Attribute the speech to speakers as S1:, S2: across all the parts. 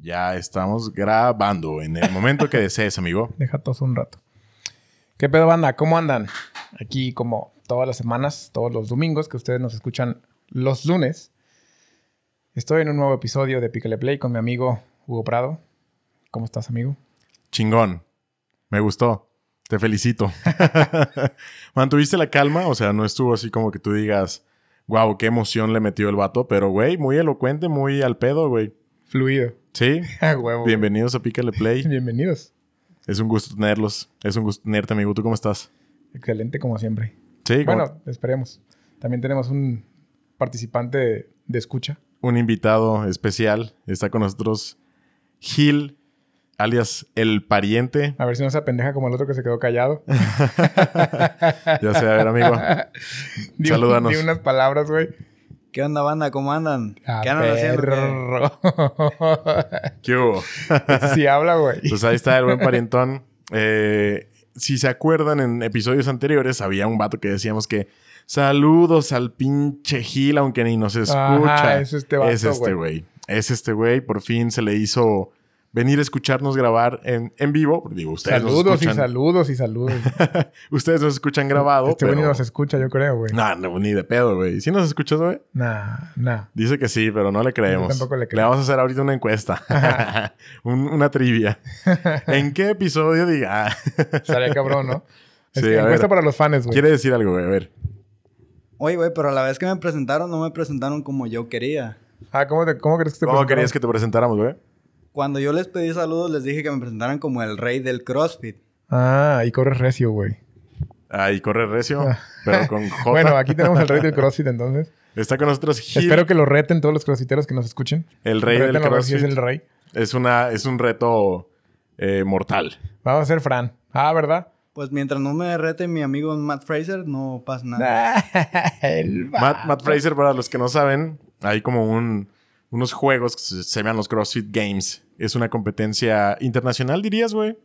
S1: Ya estamos grabando en el momento que desees, amigo.
S2: Deja tos un rato. ¿Qué pedo, banda? ¿Cómo andan? Aquí, como todas las semanas, todos los domingos que ustedes nos escuchan los lunes, estoy en un nuevo episodio de Pícale Play con mi amigo Hugo Prado. ¿Cómo estás, amigo?
S1: Chingón. Me gustó. Te felicito. Mantuviste la calma, o sea, no estuvo así como que tú digas, wow, qué emoción le metió el vato, pero güey, muy elocuente, muy al pedo, güey.
S2: Fluido.
S1: Sí.
S2: A huevo. güey.
S1: Bienvenidos a Pícale Play.
S2: Bienvenidos.
S1: Es un gusto tenerlos. Es un gusto tenerte, amigo. ¿Tú cómo estás?
S2: Excelente, como siempre.
S1: Sí, como
S2: Bueno, esperemos. También tenemos un participante de, de escucha.
S1: un invitado especial. Está con nosotros Gil, alias El Pariente.
S2: A ver si no se apendeja como el otro que se quedó callado.
S1: Ya sé, a ver, amigo.
S2: Di un-
S1: Salúdanos.
S2: di unas palabras, güey.
S3: ¿Qué onda, banda? ¿Cómo andan?
S2: Ah,
S3: ¿Qué andan haciendo? ¿Qué?
S2: perro.
S1: ¿Qué hubo?
S2: Ese sí habla, güey.
S1: Pues ahí está el buen parientón. Eh, si se acuerdan, en episodios anteriores había un vato que decíamos que saludos al pinche Gil, aunque ni nos escucha.
S2: Ajá, es este vato,
S1: Es este güey. Es este güey. Por fin se le hizo venir a escucharnos grabar en, en vivo. Digo, ustedes nos
S2: Saludos y
S1: escuchan-
S2: saludos y saludos.
S1: Ustedes nos escuchan grabado.
S2: este güey
S1: pero-
S2: ni nos escucha, yo creo, güey.
S1: Nah, no, ni de pedo, güey. ¿Sí nos escuchas, güey?
S2: Nah, nah.
S1: Dice que sí, pero no le creemos.
S2: Yo tampoco le creo.
S1: Le vamos a hacer ahorita una encuesta. Un- una trivia. ¿En qué episodio diga? Ah,
S2: Estaría cabrón, ¿no?
S1: Sí,
S2: Es
S1: a
S2: encuesta
S1: ver.
S2: para los fans, güey.
S1: Quiere decir algo, güey. A ver.
S3: Oye, güey, pero a la vez que me presentaron, no me presentaron como yo quería.
S2: Ah, ¿cómo, te- cómo crees que te
S1: ¿Cómo
S2: presentaron?
S1: querías que te presentáramos, güey?
S3: Cuando yo les pedí saludos, les dije que me presentaran como el rey del CrossFit.
S2: Ah, y corres recio, güey.
S1: Ahí corre recio,
S2: Ah.
S1: pero con J.
S2: Bueno, aquí tenemos al rey del CrossFit, entonces.
S1: Está con nosotros Gil,
S2: Espero que lo reten todos los crossfiteros que nos escuchen.
S1: el rey del
S2: Rétenlo a ver si
S1: CrossFit.
S2: es
S1: Es,
S2: el rey.
S1: una, es un reto eh, mortal.
S2: Vamos a ser Fran. Ah, ¿verdad?
S3: Pues mientras no me rete mi amigo Matt Fraser, no pasa nada.
S2: El va-
S1: Matt, Matt Fraser, para los que no saben, hay como un, unos juegos que se, se llaman los CrossFit Games. Es una competencia internacional, dirías, güey.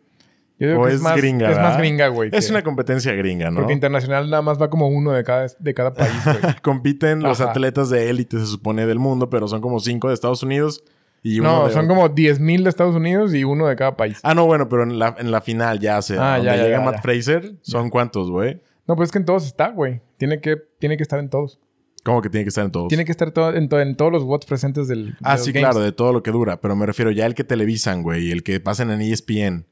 S2: Yo digo
S1: o
S2: que es,
S1: es
S2: más
S1: gringa,
S2: Es más
S1: ¿verdad?
S2: gringa, güey.
S1: Es
S2: que-
S1: una competencia gringa, ¿no?
S2: Porque internacional nada más va como uno de cada, de cada país, güey.
S1: Compiten los
S2: Ajá.
S1: atletas de élite, se supone, del mundo, pero son como cinco de Estados Unidos y uno
S2: No,
S1: de
S2: son
S1: otro.
S2: como 10.000 de Estados Unidos y uno de cada país.
S1: Ah, no, bueno, pero en la, en la final ya se...
S2: Ah,
S1: donde
S2: ya, ya,
S1: llega
S2: ya,
S1: Matt
S2: ya.
S1: Fraser, ¿son cuántos, güey?
S2: No, pues es que en todos está, güey. Tiene que, tiene que estar en todos.
S1: Como que tiene que estar en todos.
S2: Tiene que estar todo- en, to- en todos los bots presentes del. de
S1: Ah,
S2: los
S1: sí,
S2: games.
S1: claro, de todo lo que dura. Pero me refiero ya al que televisan, güey. El que pasan en E ESPN.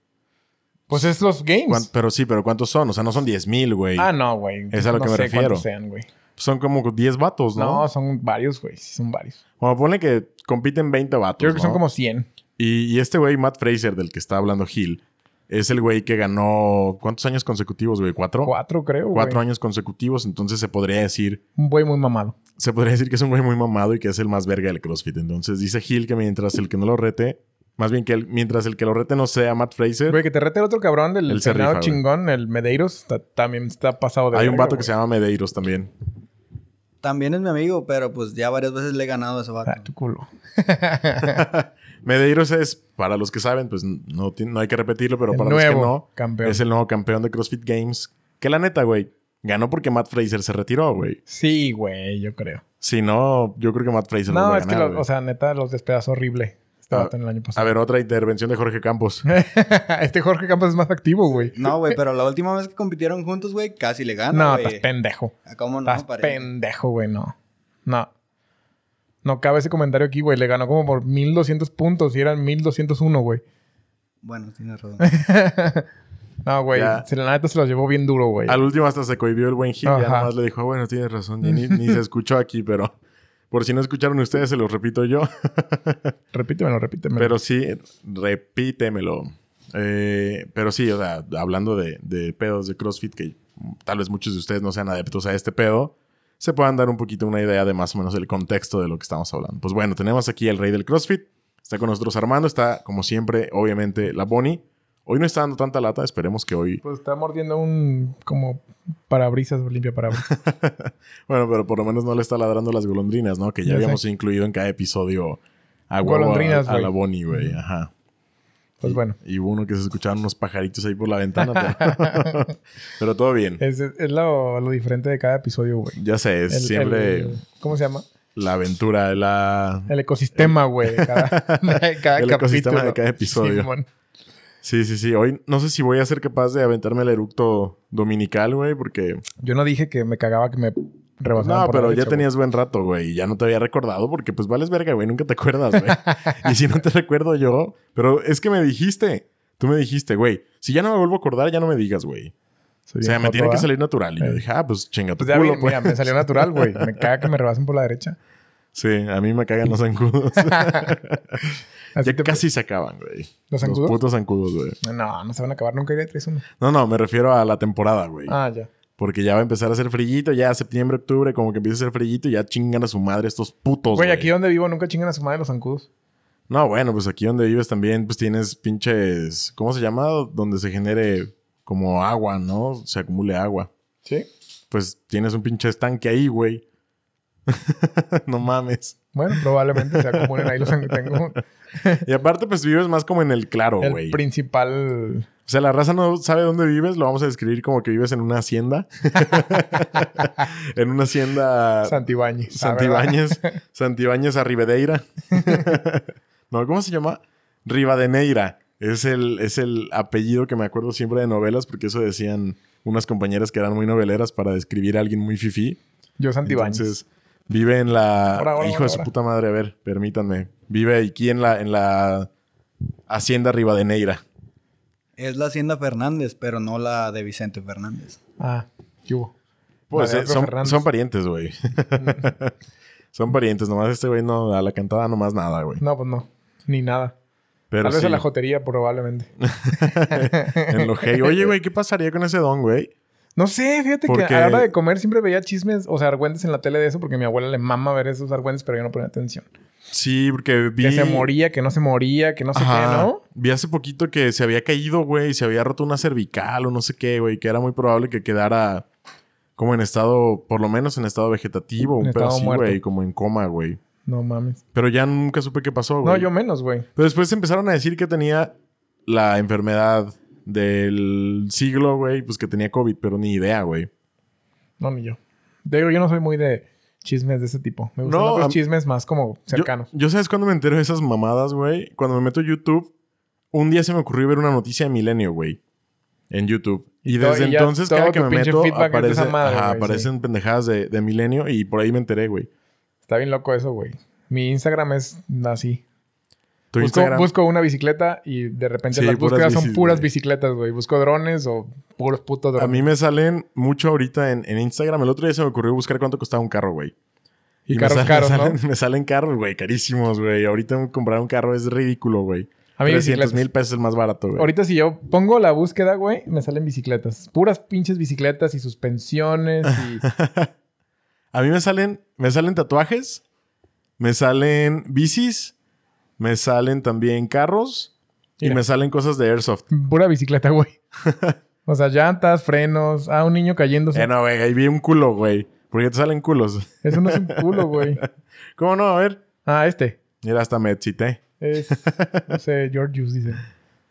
S2: Pues es los games.
S1: ¿Cuán- Pero sí, pero ¿cuántos son? O sea, no son 10 mil, güey.
S2: Ah, no, güey.
S1: Es a lo
S2: No
S1: que me
S2: sé
S1: refiero.
S2: cuántos sean, güey.
S1: Son como 10 vatos,
S2: ¿No?
S1: ¿no?
S2: son varios, güey. Sí, son varios.
S1: Bueno, ponle que compiten 20 vatos,
S2: Yo creo que son
S1: ¿no?
S2: como 100.
S1: Y, y este güey, Matt Fraser, del que está hablando Hill, es el güey que ganó... ¿Cuántos años consecutivos, güey? ¿Cuatro?
S2: Cuatro, creo. güey.
S1: Cuatro años consecutivos. Entonces se podría decir...
S2: Un güey muy mamado.
S1: Se podría decir que es un güey muy mamado y que es el más verga del CrossFit. Entonces dice Hill que mientras el que no lo rete... Más bien que el- mientras el que lo rete no sea Matt Fraser...
S2: Güey, que te rete el otro cabrón del
S1: Él se
S2: peinado
S1: rifa, güey.
S2: chingón, el Medeiros. está- también está pasado de.
S1: Hay un
S2: verga,
S1: vato que
S2: güey.
S1: se llama Medeiros también.
S3: También es mi amigo, pero pues ya varias veces le he ganado a ese vato.
S2: Ah, tu culo.
S1: Medeiros es, para los que saben, pues no, ti- no hay que repetirlo, pero
S2: El
S1: para los
S2: nuevo
S1: que no,
S2: campeón.
S1: es el nuevo campeón de CrossFit Games. Que la neta, güey, ganó porque Matt Fraser se retiró, güey.
S2: Sí, güey, yo creo.
S1: Si no, yo creo que Matt Fraser no,
S2: No,
S1: va a
S2: es que,
S1: ganar,
S2: lo-
S1: güey. Ah.
S2: o sea, neta, los despedazó horrible.
S1: A-
S2: Estaba en el año
S1: A
S2: pasado.
S1: ver, otra intervención de Jorge Campos.
S2: este Jorge Campos es más activo, güey.
S3: No, güey, pero la última vez que compitieron juntos, güey, casi le gano,
S2: No,
S3: güey.
S2: estás pendejo.
S3: Ah, ¿Cómo no?
S2: Estás
S3: pariente?
S2: pendejo, güey, no. No. No cabe ese comentario aquí, güey. Le ganó como por 1200 puntos y eran 1201, güey.
S3: Bueno, tienes razón.
S2: No, güey.
S1: Ya.
S2: Se, la neta se los llevó bien duro, güey.
S1: Al último hasta se cohibió el buen Gil. Ya
S2: Ajá.
S1: nomás le dijo, "Ah, bueno, tienes razón. ya ni, ni se escuchó aquí, pero... Por si no escucharon ustedes, se los repito yo.
S2: Repítemelo, repítemelo.
S1: Pero sí, repítemelo. Eh, pero sí, o sea, hablando de, de pedos de CrossFit, que tal vez muchos de ustedes no sean adeptos a este pedo, se puedan dar un poquito una idea de más o menos el contexto de lo que estamos hablando. Pues bueno, tenemos aquí al rey del CrossFit. Está con nosotros Armando, está como siempre, obviamente, la Bonnie. Hoy no está dando tanta lata, esperemos que hoy.
S2: Pues está mordiendo un... Como parabrisas, limpia parabrisas.
S1: Bueno, pero por lo menos no le está ladrando las golondrinas, ¿no? Que ya,
S2: Ya sé.
S1: habíamos incluido en cada episodio a, huevo a-
S2: Golondrinas,
S1: a la
S2: güey.
S1: Bonnie, güey. Ajá.
S2: Pues
S1: Y-
S2: bueno.
S1: Y hubo uno que se escuchaban unos pajaritos ahí por la ventana. Pero, pero todo bien.
S2: Es, es lo, lo diferente de cada episodio, güey.
S1: Ya sé, es
S2: El-
S1: siempre
S2: el- ¿Cómo se llama?
S1: la aventura, de la...
S2: El ecosistema, güey. de Cada, de cada
S1: El ecosistema
S2: capítulo.
S1: de cada episodio.
S2: Simón.
S1: Sí, sí, sí. Hoy no sé si voy a ser capaz de aventarme el eructo dominical, güey, porque...
S2: Yo no dije que me cagaba que me rebasaban
S1: No,
S2: por la
S1: pero ya
S2: derecha, güey.
S1: tenías buen rato, güey. Y ya no te había recordado porque, pues, vales verga, güey. Nunca te acuerdas, güey. y si no te recuerdo yo... Pero es que me dijiste. Tú me dijiste, güey. Si ya no me vuelvo a acordar, ya no me digas, güey.
S2: Soy
S1: O sea,
S2: bien
S1: me tiene
S2: joto,
S1: que
S2: ¿ah?
S1: salir natural. Y yo
S2: Eh.
S1: dije, ah, pues, chinga tu
S2: Pues ya
S1: culo,
S2: vi,
S1: pues.
S2: mira, me salió natural, güey. Me caga que me rebasen por la derecha.
S1: Sí, a mí me cagan los zancudos.
S2: Así
S1: ya
S2: te-
S1: casi se acaban, güey.
S2: ¿Los zancudos?
S1: Los putos zancudos, güey.
S2: No, no se van a acabar nunca. Ya traes uno.
S1: No, no, me refiero a la temporada, güey.
S2: Ah, ya.
S1: Porque ya va a empezar a hacer frillito, ya septiembre, octubre, como que empieza a hacer frillito y ya chingan a su madre estos putos.
S2: Güey, aquí donde vivo nunca chingan a su madre los zancudos.
S1: No, bueno, pues aquí donde vives también, pues tienes pinches. ¿Cómo se llama? Donde se genere como agua, ¿no? Se acumule agua.
S2: Sí.
S1: Pues tienes un pinche estanque ahí, güey. no mames.
S2: Bueno, probablemente se acumulen ahí los zancudos. Tengo
S1: Y aparte, pues vives más como en el claro,
S2: el
S1: güey.
S2: principal.
S1: O sea, la raza no sabe dónde vives, lo vamos a describir como que vives en una hacienda. en una hacienda
S2: Santibáñez. Ah, ¿verdad?
S1: Santibáñez. Santibáñez Arrivedeira. no, ¿cómo se llama? Rivadeneira. Es el, es el apellido que me acuerdo siempre de novelas, porque eso decían unas compañeras que eran muy noveleras para describir a alguien muy fifí.
S2: Yo Santibáñez.
S1: Entonces, vive en la.
S2: Ahora, ahora,
S1: Hijo
S2: ahora,
S1: de su
S2: ahora.
S1: puta madre, a ver, permítanme. Vive aquí en la, en la Hacienda Rivadeneira.
S3: Es la Hacienda Fernández, pero no la de Vicente Fernández.
S2: Ah, ¿qué hubo?
S1: Pues
S2: Vale,
S1: eh,
S2: otro
S1: son,
S2: Fernández.
S1: son parientes, güey.
S2: Mm.
S1: son parientes, nomás este güey no, a la cantada nomás nada, güey.
S2: No, pues no. Ni nada.
S1: Pero
S2: Tal vez
S1: sí.
S2: a la jotería, probablemente.
S1: en lo gay. Oye, güey, ¿qué pasaría con ese don, güey?
S2: No sé, fíjate
S1: Porque-
S2: que a la hora de comer siempre veía chismes, o sea, argüentes en la tele de eso, porque mi abuela le mama ver esos argüentes, pero yo no ponía atención.
S1: Sí, porque vi.
S2: Que se moría, que no se moría, que no sé
S1: Ajá.
S2: qué, ¿no?
S1: Vi hace poquito que se había caído, güey, se había roto una cervical o no sé qué, güey, que era muy probable que quedara como en estado, por lo menos en estado vegetativo,
S2: En
S1: pero
S2: estado
S1: sí,
S2: muerto.
S1: güey, como en coma, güey.
S2: No mames.
S1: Pero ya nunca supe qué pasó, güey.
S2: No, yo menos, güey.
S1: Pero después empezaron a decir que tenía la enfermedad del siglo, güey, pues que tenía COVID, pero ni idea, güey.
S2: No, ni yo. Te digo, yo no soy muy de chismes de ese tipo. Me gustan
S1: No,
S2: otros
S1: a mí-
S2: chismes más como
S1: Yo-
S2: cercanos.
S1: Yo, sabes cuando me entero de esas mamadas, güey. Cuando me meto a YouTube, un día se me ocurrió ver una noticia de Milenio, güey. En YouTube. Y,
S2: Y to-
S1: desde
S2: y ya
S1: entonces,
S2: todo
S1: cada que
S2: tu
S1: me
S2: pinche
S1: meto,
S2: feedback es de
S1: aparece-
S2: esa madre,
S1: ajá,
S2: güey,
S1: aparecen pendejadas de, de Milenio y por ahí me enteré, güey.
S2: Está bien loco eso, güey. Mi Instagram es así.
S1: Tu
S2: busco,
S1: Instagram.
S2: busco una bicicleta y de repente
S1: Sí,
S2: las
S1: puras
S2: búsquedas son
S1: bicis,
S2: puras
S1: güey.
S2: bicicletas, güey. Busco drones o puros putos drones.
S1: A mí me salen mucho ahorita en, en Instagram. El otro día se me ocurrió buscar cuánto costaba un carro, güey.
S2: y
S1: me
S2: carros
S1: salen-
S2: caros,
S1: me
S2: ¿no?
S1: salen, me salen carros, güey, carísimos, güey. Ahorita comprar un carro es ridículo, güey.
S2: A mí
S1: 300
S2: bicicletas.
S1: mil pesos es el más barato, güey.
S2: Ahorita si yo pongo la búsqueda, güey, me salen bicicletas. Puras pinches bicicletas y suspensiones y...
S1: A mí me salen, me salen tatuajes, me salen bicis, me salen también carros y
S2: Mira.
S1: me salen cosas de airsoft.
S2: Pura bicicleta, güey. O sea, llantas, frenos... Ah, un niño cayéndose.
S1: Eh, no, güey, ahí vi un culo, güey. ¿Por qué te salen culos?
S2: Eso no es un culo, güey.
S1: ¿Cómo no? A ver.
S2: Ah, este.
S1: Mira, hasta me excité.
S2: Es, no sé, Georgius dice.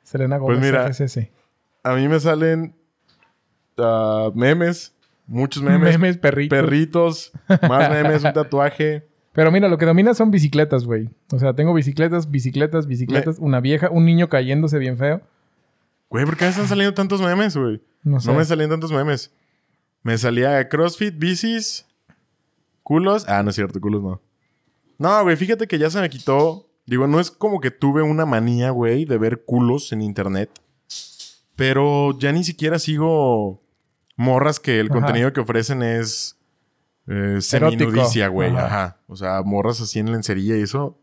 S2: Selena
S1: Pues
S2: Gómez
S1: mira,
S2: FSS.
S1: A mí me salen ah, memes, muchos memes,
S2: Memes, perritos.
S1: perritos, más memes, un tatuaje.
S2: Pero mira, lo que domina son bicicletas, güey. O sea, tengo bicicletas, bicicletas, bicicletas, una vieja, un niño cayéndose bien feo.
S1: Güey, ¿por qué me están saliendo tantos memes, güey?
S2: No sé.
S1: No me salían tantos memes. Me salía CrossFit, bicis, culos. Ah, no es cierto, culos no. No, güey, fíjate que ya se me quitó. Digo, no es como que tuve una manía, güey, de ver culos en internet. Pero ya ni siquiera sigo morras que el
S2: Ajá.
S1: contenido que ofrecen es eh, seminudicia, güey. Ajá.
S2: Ajá.
S1: O sea, morras así en lencería y eso.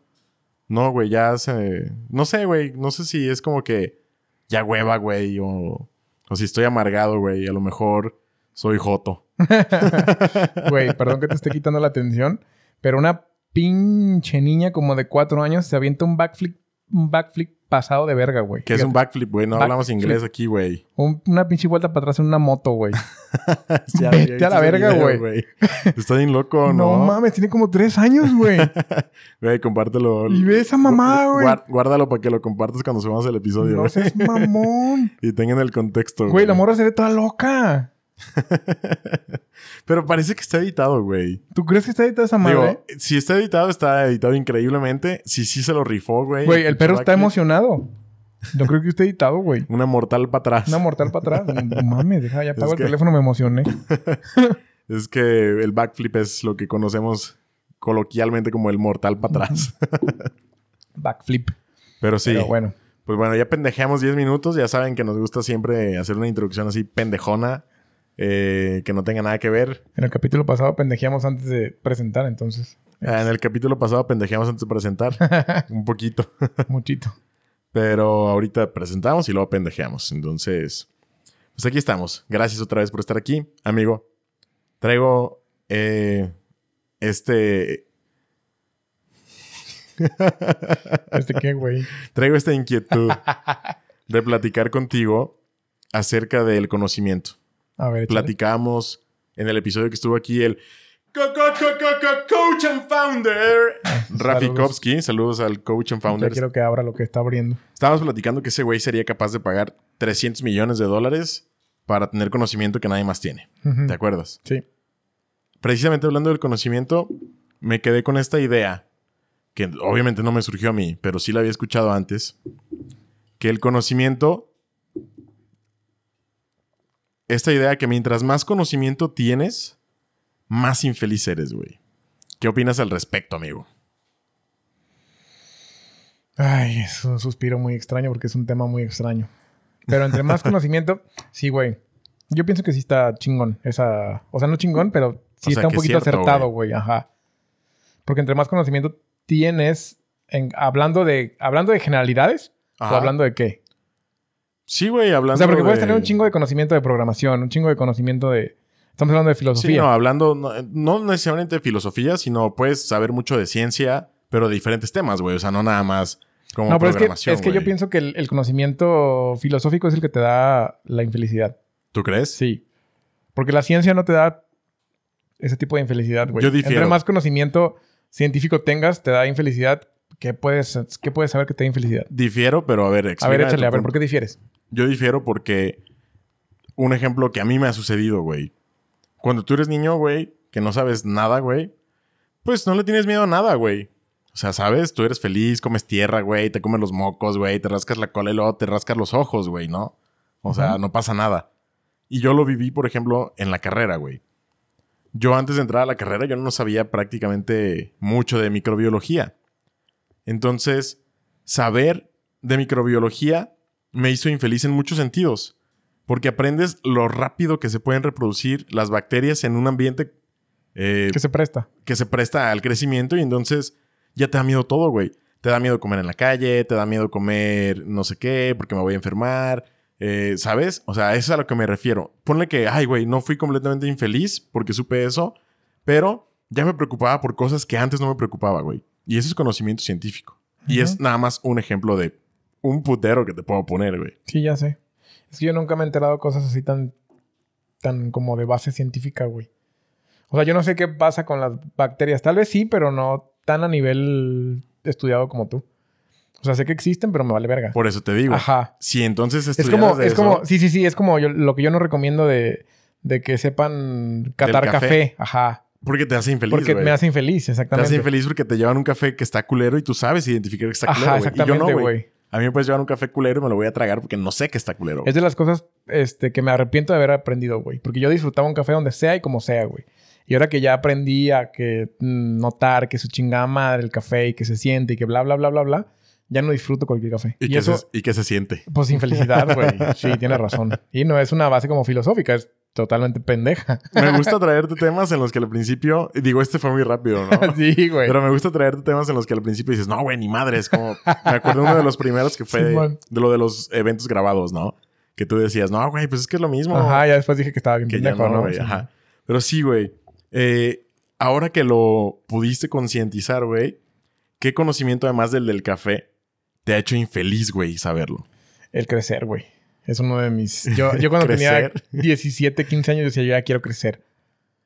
S1: No, güey, ya se. No sé, güey. No sé si es como que ya hueva, güey, o. O si estoy amargado, güey, a lo mejor soy joto.
S2: Güey, perdón que te esté quitando la atención, pero una pinche niña como de cuatro años se avienta un backflip, un backflip pasado de verga, güey.
S1: Que es un backflip, güey. No
S2: Backflip.
S1: hablamos inglés aquí, güey.
S2: Un- una pinche vuelta para atrás en una moto, güey. Vete a la verga, güey.
S1: Está bien loco,
S2: No,
S1: ¿no?
S2: mames, tiene como tres años, güey.
S1: Güey, compártelo.
S2: y ve esa mamada, güey.
S1: Guar- Guárdalo para que lo compartas cuando subamos el episodio,
S2: No
S1: güey.
S2: seas mamón.
S1: Y tengan el contexto,
S2: Güey, la morra se ve toda loca.
S1: Pero parece que está editado, güey.
S2: ¿Tú crees que está editada esa madre?
S1: Digo, si está editado, está editado increíblemente. Si sí se lo rifó, güey.
S2: Güey, el perro está
S1: Chewbacca,
S2: emocionado. No creo que esté editado, güey.
S1: Una mortal para atrás.
S2: Una mortal para atrás. No Mames, deja, ya apago
S1: Es
S2: el
S1: que-
S2: teléfono, me emocioné.
S1: Es que el backflip es lo que conocemos coloquialmente como el mortal para atrás.
S2: Backflip.
S1: Pero sí.
S2: Pero bueno.
S1: Pues bueno, ya pendejeamos 10 minutos. Ya saben que nos gusta siempre hacer una introducción así pendejona. eh, que no tenga nada que ver.
S2: En el capítulo pasado pendejeamos antes de presentar, entonces.
S1: Ah, En el capítulo pasado pendejeamos antes de presentar. un poquito.
S2: Muchito.
S1: Pero ahorita presentamos y luego pendejeamos. Entonces, pues aquí estamos. Gracias otra vez por estar aquí, amigo. Traigo eh, este.
S2: ¿Este qué, güey?
S1: Traigo esta inquietud de platicar contigo acerca del conocimiento.
S2: A ver, échale.
S1: Platicamos en el episodio que estuvo aquí el co- co- co- co- co- coach and founder Rafikovsky. Saludos al coach and
S2: Ya
S1: founder.
S2: quiero que abra lo que está abriendo.
S1: Estábamos platicando que ese güey sería capaz de pagar 300 millones de dólares para tener conocimiento que nadie más tiene.
S2: Ujú.
S1: ¿Te acuerdas?
S2: Sí.
S1: Precisamente hablando del conocimiento, me quedé con esta idea, que obviamente no me surgió a mí, pero sí la había escuchado antes, que el conocimiento, esta idea que mientras más conocimiento tienes, más infeliz eres, güey. ¿Qué opinas al respecto, amigo?
S2: Ay, es un suspiro muy extraño porque es un tema muy extraño. Pero entre más conocimiento, sí, güey. Yo pienso que sí está chingón. Esa, o sea, no chingón, pero sí
S1: O sea,
S2: está un
S1: que es
S2: poquito
S1: cierto,
S2: acertado, güey. Ajá. Porque entre más conocimiento tienes, en- hablando, de, hablando de generalidades, o
S1: Ajá.
S2: Pues hablando de qué.
S1: Sí, güey, hablando
S2: o sea, porque puedes
S1: de-
S2: tener un chingo de conocimiento de programación, un chingo de conocimiento de... Estamos hablando de filosofía.
S1: Sí, no, hablando no, eh, no necesariamente de filosofía, sino puedes saber mucho de ciencia, pero de diferentes temas, güey. O sea, no nada más como
S2: No, pero es que,
S1: programación.
S2: es que yo
S1: güey.
S2: pienso que el, el conocimiento filosófico es el que te da la infelicidad.
S1: ¿Tú crees?
S2: Sí. Porque la ciencia no te da ese tipo de infelicidad, güey.
S1: Yo difiero.
S2: Entre más conocimiento científico tengas, te da infelicidad. ¿Qué puedes, qué puedes saber que te da infelicidad?
S1: Difiero, pero a ver,
S2: A ver,
S1: explícame tu
S2: échale, a ver,
S1: punto.
S2: ¿por qué difieres?
S1: Yo difiero porque un ejemplo que a mí me ha sucedido, güey. Cuando tú eres niño, güey, que no sabes nada, güey, pues no le tienes miedo a nada, güey. O sea, ¿sabes? Tú eres feliz, comes tierra, güey, te comes los mocos, güey, te rascas la cola y luego te rascas los ojos, güey, ¿no? O sea,
S2: Ujú.
S1: no pasa nada. Y yo lo viví, por ejemplo, en la carrera, güey. Yo antes de entrar a la carrera, yo no sabía prácticamente mucho de microbiología. Entonces, saber de microbiología me hizo infeliz en muchos sentidos, porque aprendes lo rápido que se pueden reproducir las bacterias en un ambiente eh,
S2: ¿Qué se presta?
S1: que se presta al crecimiento y entonces ya te da miedo todo, güey. Te da miedo comer en la calle, te da miedo comer no sé qué, porque me voy a enfermar, eh, ¿sabes? O sea, eso es a lo que me refiero. Ponle que, ay, güey, no fui completamente infeliz porque supe eso, pero ya me preocupaba por cosas que antes no me preocupaba, güey. Y eso es conocimiento científico. Y es
S2: Ujú.
S1: nada más un ejemplo de un putero que te puedo poner, güey.
S2: Sí, ya sé. Es que yo nunca me he enterado de cosas así tan, tan como de base científica, güey. O sea, yo no sé qué pasa con las bacterias. Tal vez sí, pero no tan a nivel estudiado como tú. O sea, sé que existen, pero me vale verga.
S1: Por eso te digo.
S2: Ajá.
S1: Si entonces
S2: Es
S1: estudiaras
S2: como,
S1: de
S2: es
S1: eso,
S2: como, sí, sí, sí, es como yo- lo que yo no recomiendo de, de que sepan catar
S1: café.
S2: café. Ajá.
S1: porque te hace infeliz,
S2: Porque
S1: güey.
S2: me hace infeliz,
S1: Te
S2: exactamente.
S1: hace infeliz porque te llevan un café que está culero y tú sabes identificar que está culero,
S2: Ajá,
S1: güey. Y yo no,
S2: exactamente,
S1: güey.
S2: güey.
S1: A mí me puedes llevar un café culero y me lo voy a tragar porque no sé que está culero. güey.
S2: Es de las cosas este, que me arrepiento de haber aprendido, güey. Porque yo disfrutaba un café donde sea y como sea, güey. Y ahora que ya aprendí a que mm, notar que su chingada madre el café y que se siente y que bla, bla, bla, bla, bla, ya no disfruto cualquier café.
S1: ¿Y,
S2: Y,
S1: que
S2: eso,
S1: se, y que se siente.
S2: pues infelicidad, güey. Sí, tienes razón. Y no es una base como filosófica, es totalmente pendeja.
S1: Me gusta traerte temas en los que al principio... Digo, este fue muy rápido, ¿no?
S2: sí, güey.
S1: Pero me gusta traerte temas en los que al principio dices, no, güey, ni madre. Es como... Me acuerdo uno de los primeros que fue de,
S2: Simón.
S1: de lo de los eventos grabados, ¿no? Que tú decías, no, güey, pues es que es lo mismo.
S2: Ajá, ya después dije que estaba bien
S1: Que ya
S2: pendejo,
S1: no,
S2: ¿no?
S1: güey.
S2: Sí.
S1: Ajá. Pero sí, güey. eh, ahora que lo pudiste concientizar, güey, ¿qué conocimiento además del del café te ha hecho infeliz, güey, saberlo?
S2: El crecer, güey. Es uno de mis... Yo, yo cuando tenía
S1: Crecer.
S2: 17, 15 años decía, yo ya quiero crecer.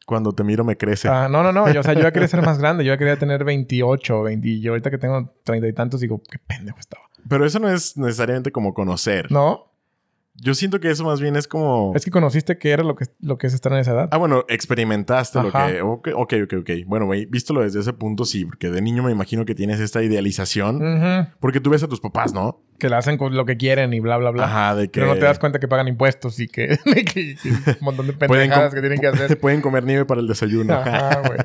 S1: Cuando te miro me crece.
S2: Ah, no, no, no. Yo, o sea, yo ya quería ser más grande. Yo ya quería tener 28, 20. Y yo ahorita que tengo 30 y tantos digo, qué pendejo estaba.
S1: Pero eso no es necesariamente como conocer.
S2: ¿No?
S1: Yo siento que eso más bien es como.
S2: Es que conociste que era lo que, lo que es estar en esa edad.
S1: Ah, bueno, experimentaste
S2: Ajá.
S1: lo que. Ok, ok, ok. Bueno, güey, vístolo desde ese punto, sí, porque de niño me imagino que tienes esta
S2: Mm.
S1: idealización.
S2: Ujú.
S1: Porque tú ves a tus papás, ¿no?
S2: Que la hacen con lo que quieren y bla, bla, bla.
S1: Ajá, de que.
S2: Pero no te das cuenta que pagan impuestos y que, que- que un montón de pendejadas
S1: com-
S2: que tienen que hacer.
S1: pueden comer nieve para el desayuno.
S2: Ajá, güey.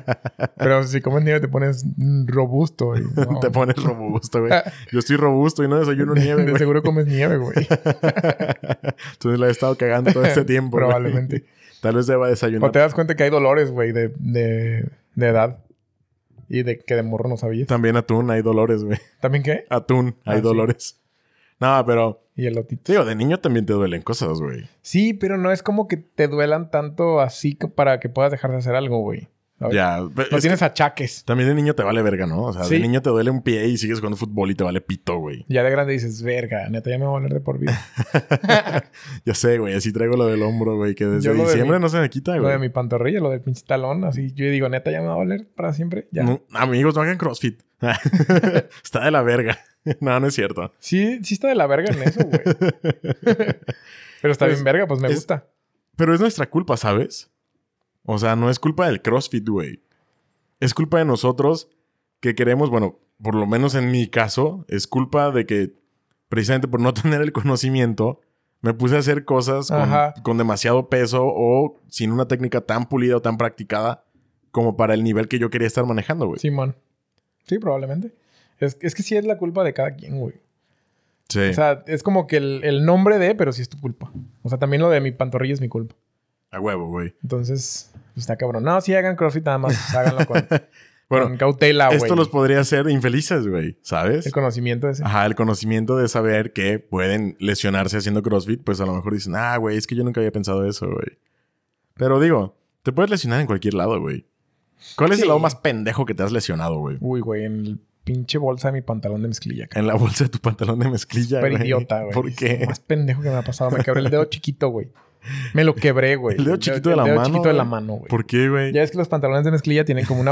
S2: Pero si comes nieve te pones mm, robusto. Y, no.
S1: Te pones robusto, güey.
S2: Ah.
S1: Yo estoy robusto y no desayuno
S2: De-
S1: nieve,
S2: de,
S1: güey.
S2: seguro comes nieve, güey.
S1: Entonces la he estado cagando todo este tiempo. güey.
S2: Probablemente.
S1: Tal vez deba desayunar.
S2: O te das cuenta que hay dolores, güey, de, de, de edad. Y de que de morro no sabías.
S1: También atún, hay dolores, güey.
S2: ¿También qué?
S1: Atún,
S2: Ah,
S1: hay
S2: sí.
S1: dolores. No, pero.
S2: Y el otito.
S1: Digo, de niño también te duelen cosas, güey.
S2: Sí, pero no es como que te duelan tanto así que- para que puedas dejar de hacer algo, güey. ¿Sabes?
S1: Ya.
S2: No
S1: es
S2: tienes achaques.
S1: También de niño te vale verga, ¿no? O sea, de
S2: Sí.
S1: niño te duele un pie y sigues jugando fútbol y te vale pito, güey.
S2: Ya de grande dices, verga, neta, ya me voy a volver de por vida.
S1: Ya sé, güey. Así traigo lo del hombro, güey, que desde
S2: Yo lo de
S1: diciembre
S2: mi-
S1: no se me quita,
S2: lo de
S1: güey.
S2: mi pantorrilla, lo del pinche talón, así. Yo digo, neta, ya me va a doler para siempre. Ya.
S1: No, amigos, no hagan crossfit. Está de la verga. No, no es cierto.
S2: Sí, sí está de la verga en eso, güey. pero está
S1: Pues,
S2: bien verga, pues me
S1: es-
S2: gusta.
S1: Pero es nuestra culpa, ¿sabes? O sea, no es culpa del CrossFit, güey. Es culpa de nosotros que queremos, bueno, por lo menos en mi caso, es culpa de que precisamente por no tener el conocimiento, me puse a hacer cosas con,
S2: Ajá.
S1: con demasiado peso o sin una técnica tan pulida o tan practicada como para el nivel que yo quería estar manejando, güey.
S2: Simón. Sí, probablemente. Es, es que sí es la culpa de cada quien, güey.
S1: Sí.
S2: O sea, es como que el, el nombre de, pero sí es tu culpa. O sea, también lo de mi pantorrilla es mi culpa.
S1: a huevo, güey.
S2: Entonces, pues, está cabrón. No, si hagan CrossFit nada más, pues, háganlo con,
S1: Bueno,
S2: con cautela, güey.
S1: esto los podría hacer infelices, güey, ¿sabes?
S2: El conocimiento ese.
S1: Ajá, el conocimiento de saber que pueden lesionarse haciendo CrossFit, pues a lo mejor dicen, ah, güey, es que yo nunca había pensado eso, güey. Pero digo, te puedes lesionar en cualquier lado, güey. ¿Cuál es
S2: Sí.
S1: el lado más pendejo que te has lesionado, güey?
S2: Uy, güey, en el pinche bolsa de mi pantalón de mezclilla.
S1: En la bolsa de tu pantalón de mezclilla,
S2: Súper
S1: güey.
S2: idiota, güey.
S1: ¿Por
S2: Es
S1: qué?
S2: lo más pendejo que me ha pasado. Me quebré el dedo chiquito, güey. Me lo quebré, güey.
S1: ¿El dedo chiquito de la
S2: El dedo
S1: mano,
S2: chiquito de la
S1: güey?
S2: mano, güey.
S1: ¿Por qué, güey?
S2: Ya es que los pantalones de mezclilla tienen como una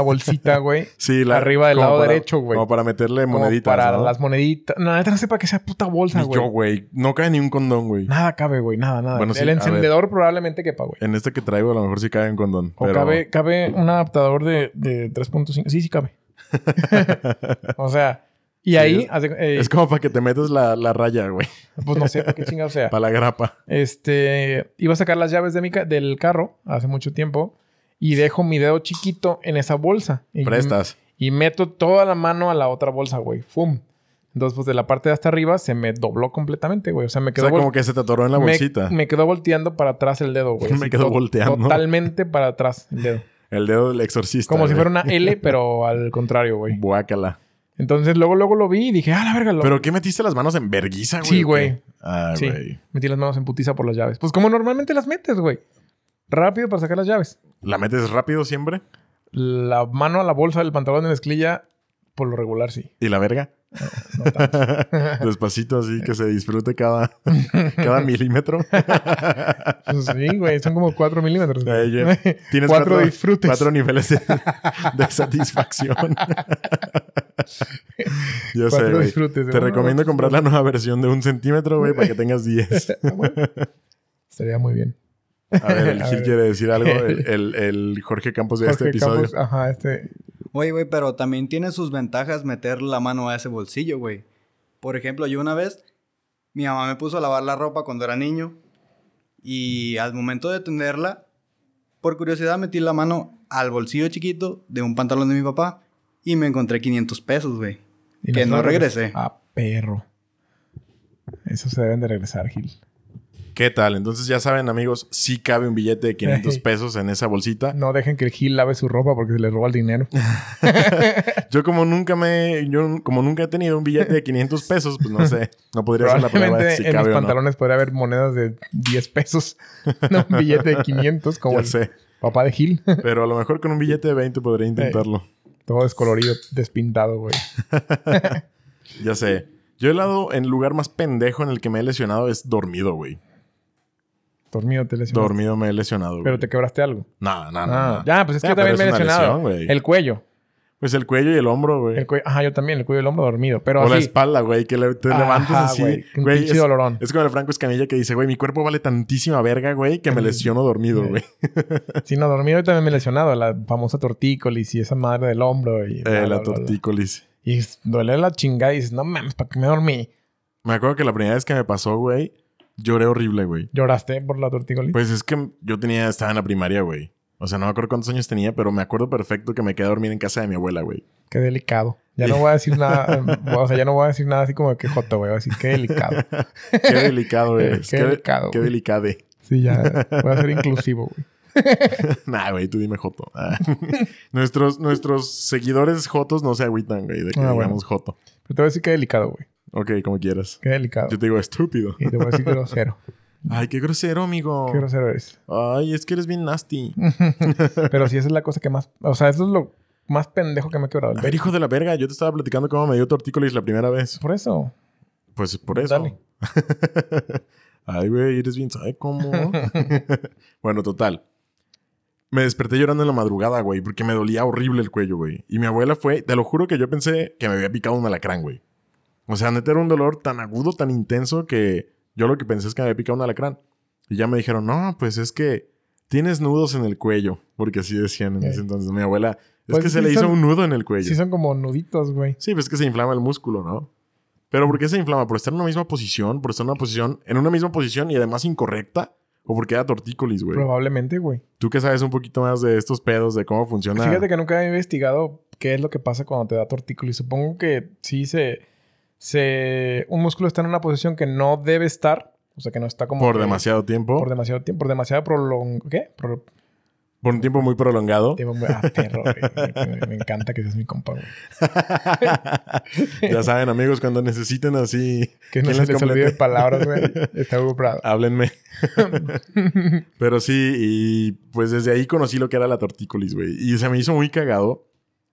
S2: bolsita, güey.
S1: Sí,
S2: Arriba del
S1: como
S2: lado
S1: para-
S2: derecho, güey.
S1: Como para meterle
S2: como
S1: moneditas,
S2: Para
S1: ¿no?
S2: las moneditas. No, neta, no sé para qué sea puta bolsa,
S1: Ni
S2: güey.
S1: yo, güey. No cae ni un condón, güey.
S2: Nada cabe, güey. Nada, nada.
S1: Bueno, sí,
S2: el
S1: a
S2: encendedor probablemente quepa, güey.
S1: En este que traigo a lo mejor sí cae un condón.
S2: O
S1: pero...
S2: cabe, cabe un adaptador de, de 3.5. Sí, sí cabe. o sea, y ahí...
S1: es-
S2: hace- eh,
S1: Es como para que te metas la, la raya, güey.
S2: Pues no sé para qué chingado sea.
S1: Para la grapa.
S2: Este, iba a sacar las llaves de mi ca- del carro hace mucho tiempo y dejo mi dedo chiquito en esa bolsa. Y,
S1: Prestas.
S2: Y meto toda la mano a la otra bolsa, güey. ¡Fum! Entonces, pues de la parte de hasta arriba se me dobló completamente, güey. O sea, me
S1: O
S2: quedó
S1: sea,
S2: vol-
S1: como que se te atoró en la
S2: me-
S1: bolsita.
S2: Me, quedó volteando para atrás el dedo, güey.
S1: Me
S2: Así
S1: quedó
S2: to-
S1: volteando.
S2: Totalmente para atrás el dedo.
S1: El dedo del exorcista.
S2: Como si
S1: güey.
S2: fuera una L, pero al contrario, güey.
S1: Guácala.
S2: Entonces, luego, luego lo vi y dije, ah, la verga, lo
S1: ¿Pero qué metiste las manos en verguiza, güey?
S2: Sí,
S1: o qué?
S2: güey.
S1: Ah,
S2: Sí.
S1: güey.
S2: metí las manos en putiza por las llaves. Pues como normalmente las metes, güey. Rápido para sacar las llaves.
S1: ¿La metes rápido siempre?
S2: La mano a la bolsa del pantalón de mezclilla, por lo regular sí.
S1: ¿Y la verga?
S2: No tanto.
S1: Despacito, así que se disfrute cada, cada milímetro.
S2: Pues sí, güey, son como 4 milímetros.
S1: Ahí ya. Tienes
S2: Cuatro disfrutes.
S1: Cuatro niveles de, de satisfacción. ya sé,
S2: Cuatro
S1: güey.
S2: disfrutes.
S1: Te
S2: Bueno,
S1: recomiendo
S2: otros
S1: comprar la nueva versión de un centímetro, güey, para que tengas 10.
S2: Estaría muy bien.
S1: A ver, el
S2: A
S1: Gil
S2: ver.
S1: quiere decir algo. El, el- el Jorge Campos de este
S2: Jorge
S1: episodio.
S2: Campos, ajá, este.
S3: Oye, güey, pero también tiene sus ventajas meter la mano a ese bolsillo, güey. Por ejemplo, yo una vez, mi mamá me puso a lavar la ropa cuando era niño. Y al momento de tenerla, por curiosidad metí la mano al bolsillo chiquito de un pantalón de mi papá. Y me encontré 500 pesos, güey.
S2: y
S3: Que no
S2: se lo
S3: regrese.
S2: regresó. Ah, perro. Eso se deben de regresar, Gil.
S1: ¿Qué tal? Entonces ya saben, amigos, sí cabe un billete de 500
S2: Ey.
S1: pesos en esa bolsita.
S2: No dejen que el Gil lave su ropa porque se le roba el dinero.
S1: Yo como nunca me yo como nunca he tenido un billete de 500 pesos, pues no sé, no podría ser la prueba de
S2: Probablemente
S1: si
S2: en mis
S1: cabe o no.
S2: pantalones podría haber monedas de 10 pesos. No, un billete de 500 como
S1: Ya
S2: el
S1: sé,
S2: papá de Gil.
S1: pero a lo mejor con un billete de 20 podría intentarlo.
S2: Todo descolorido, despintado, güey.
S1: Ya sé. Yo el lado en lugar más pendejo en el que me he lesionado es dormido, güey.
S2: Dormido te lesionaste.
S1: Dormido Ah, me he lesionado.
S2: Pero te quebraste algo.
S1: Nada, nada,
S2: Ah, ya, pues es que yo también me he lesionado.
S1: güey.
S2: el cuello.
S1: Pues el cuello y el hombro, güey.
S2: El cuello- ajá, yo también, el cuello del hombro dormido. Eh, Pero
S1: o la
S2: así.
S1: espalda, güey, que le- te
S2: Ajá,
S1: levantas así.
S2: güey, un
S1: Güey,
S2: pinche
S1: es,
S2: dolorón.
S1: es como el Franco Escamilla que dice, güey, mi cuerpo vale tantísima verga, güey, que me lesiono dormido,
S2: Sí.
S1: güey.
S2: Sí, no, dormido yo también me he lesionado. La famosa tortícolis y esa madre del hombro. Y bla,
S1: Eh,
S2: bla,
S1: la
S2: bla, bla.
S1: tortícolis.
S2: Y es- duele la chingada y dices, no mames, ¿para qué me dormí?
S1: Me acuerdo que la primera vez que me pasó, güey, lloré horrible, güey.
S2: ¿Lloraste por la tortícolis?
S1: Pues es que yo tenía, estaba en la primaria, güey. O sea, no me acuerdo cuántos años tenía, pero me acuerdo perfecto que me quedé a dormir en casa de mi abuela, güey.
S2: Qué delicado. Ya no voy a decir nada, eh, o sea, ya no voy a decir nada así como que joto, güey. Voy a decir, qué delicado.
S1: Qué delicado, güey.
S2: Qué
S1: Es que-
S2: delicado,
S1: Qué
S2: güey.
S1: delicade.
S2: Sí, ya. Voy a ser inclusivo, güey.
S1: Nah, güey, tú dime Joto. Ah. nuestros, nuestros seguidores Jotos no se agüitan, güey, de que
S2: Ah, bueno.
S1: digamos Joto.
S2: Pero te voy a decir qué delicado, güey.
S1: Ok, como quieras.
S2: Qué delicado.
S1: Yo te digo estúpido.
S2: Y te voy a decir grosero.
S1: Ay, qué grosero, amigo.
S2: Qué grosero eres.
S1: Ay, es que eres bien nasty.
S2: Pero sí, esa es la cosa que más... O sea, eso es lo más pendejo que me ha quebrado el
S1: A ver,
S2: pecho.
S1: hijo de la verga, yo te estaba platicando cómo me dio tortícolis la primera vez.
S2: Por eso.
S1: Pues por eso.
S2: Dale.
S1: Ay, güey, eres bien, ¿sabe cómo? bueno, total. Me desperté llorando en la madrugada, güey, porque me dolía horrible el cuello, güey. Y mi abuela fue, te lo juro que yo pensé que me había picado un alacrán, güey. O sea, neta era un dolor tan agudo, tan intenso que yo lo que pensé es que me había picado un alacrán. Y ya me dijeron, no, pues es que tienes nudos en el cuello, porque así decían en
S2: Ok.
S1: ese entonces. Mi abuela, es
S2: Pues
S1: que se
S2: sí
S1: le hizo
S2: son-
S1: un nudo en el cuello.
S2: Sí son como nuditos, güey.
S1: Sí, pues es que se inflama el músculo, ¿no? Pero ¿por qué se inflama? ¿Por estar en una misma posición? ¿Por estar en una posición, en una misma posición y además incorrecta? ¿O porque era tortícolis, güey?
S2: Probablemente, güey.
S1: Tú que sabes un poquito más de estos pedos, de cómo funciona.
S2: Fíjate que nunca he investigado qué es lo que pasa cuando te da tortícolis. Supongo que sí se, se... Un músculo está en una posición que no debe estar. O sea, que no está como...
S1: por
S2: que-
S1: demasiado tiempo.
S2: Por
S1: Por,
S2: demasiado tiempo. Por demasiado prolong... ¿Qué? Pro-
S1: un tiempo muy prolongado.
S2: tiempo- Ah, perro, güey. Me, me encanta que seas mi compa, güey.
S1: ya saben, amigos, cuando necesiten así,
S2: Que
S1: ¿Quién
S2: no se
S1: les
S2: les
S1: completa?
S2: olvide palabras, güey. Está Hugo Prado.
S1: háblenme. Pero sí, y pues desde ahí conocí lo que era la tortícolis, güey. Y se me hizo muy cagado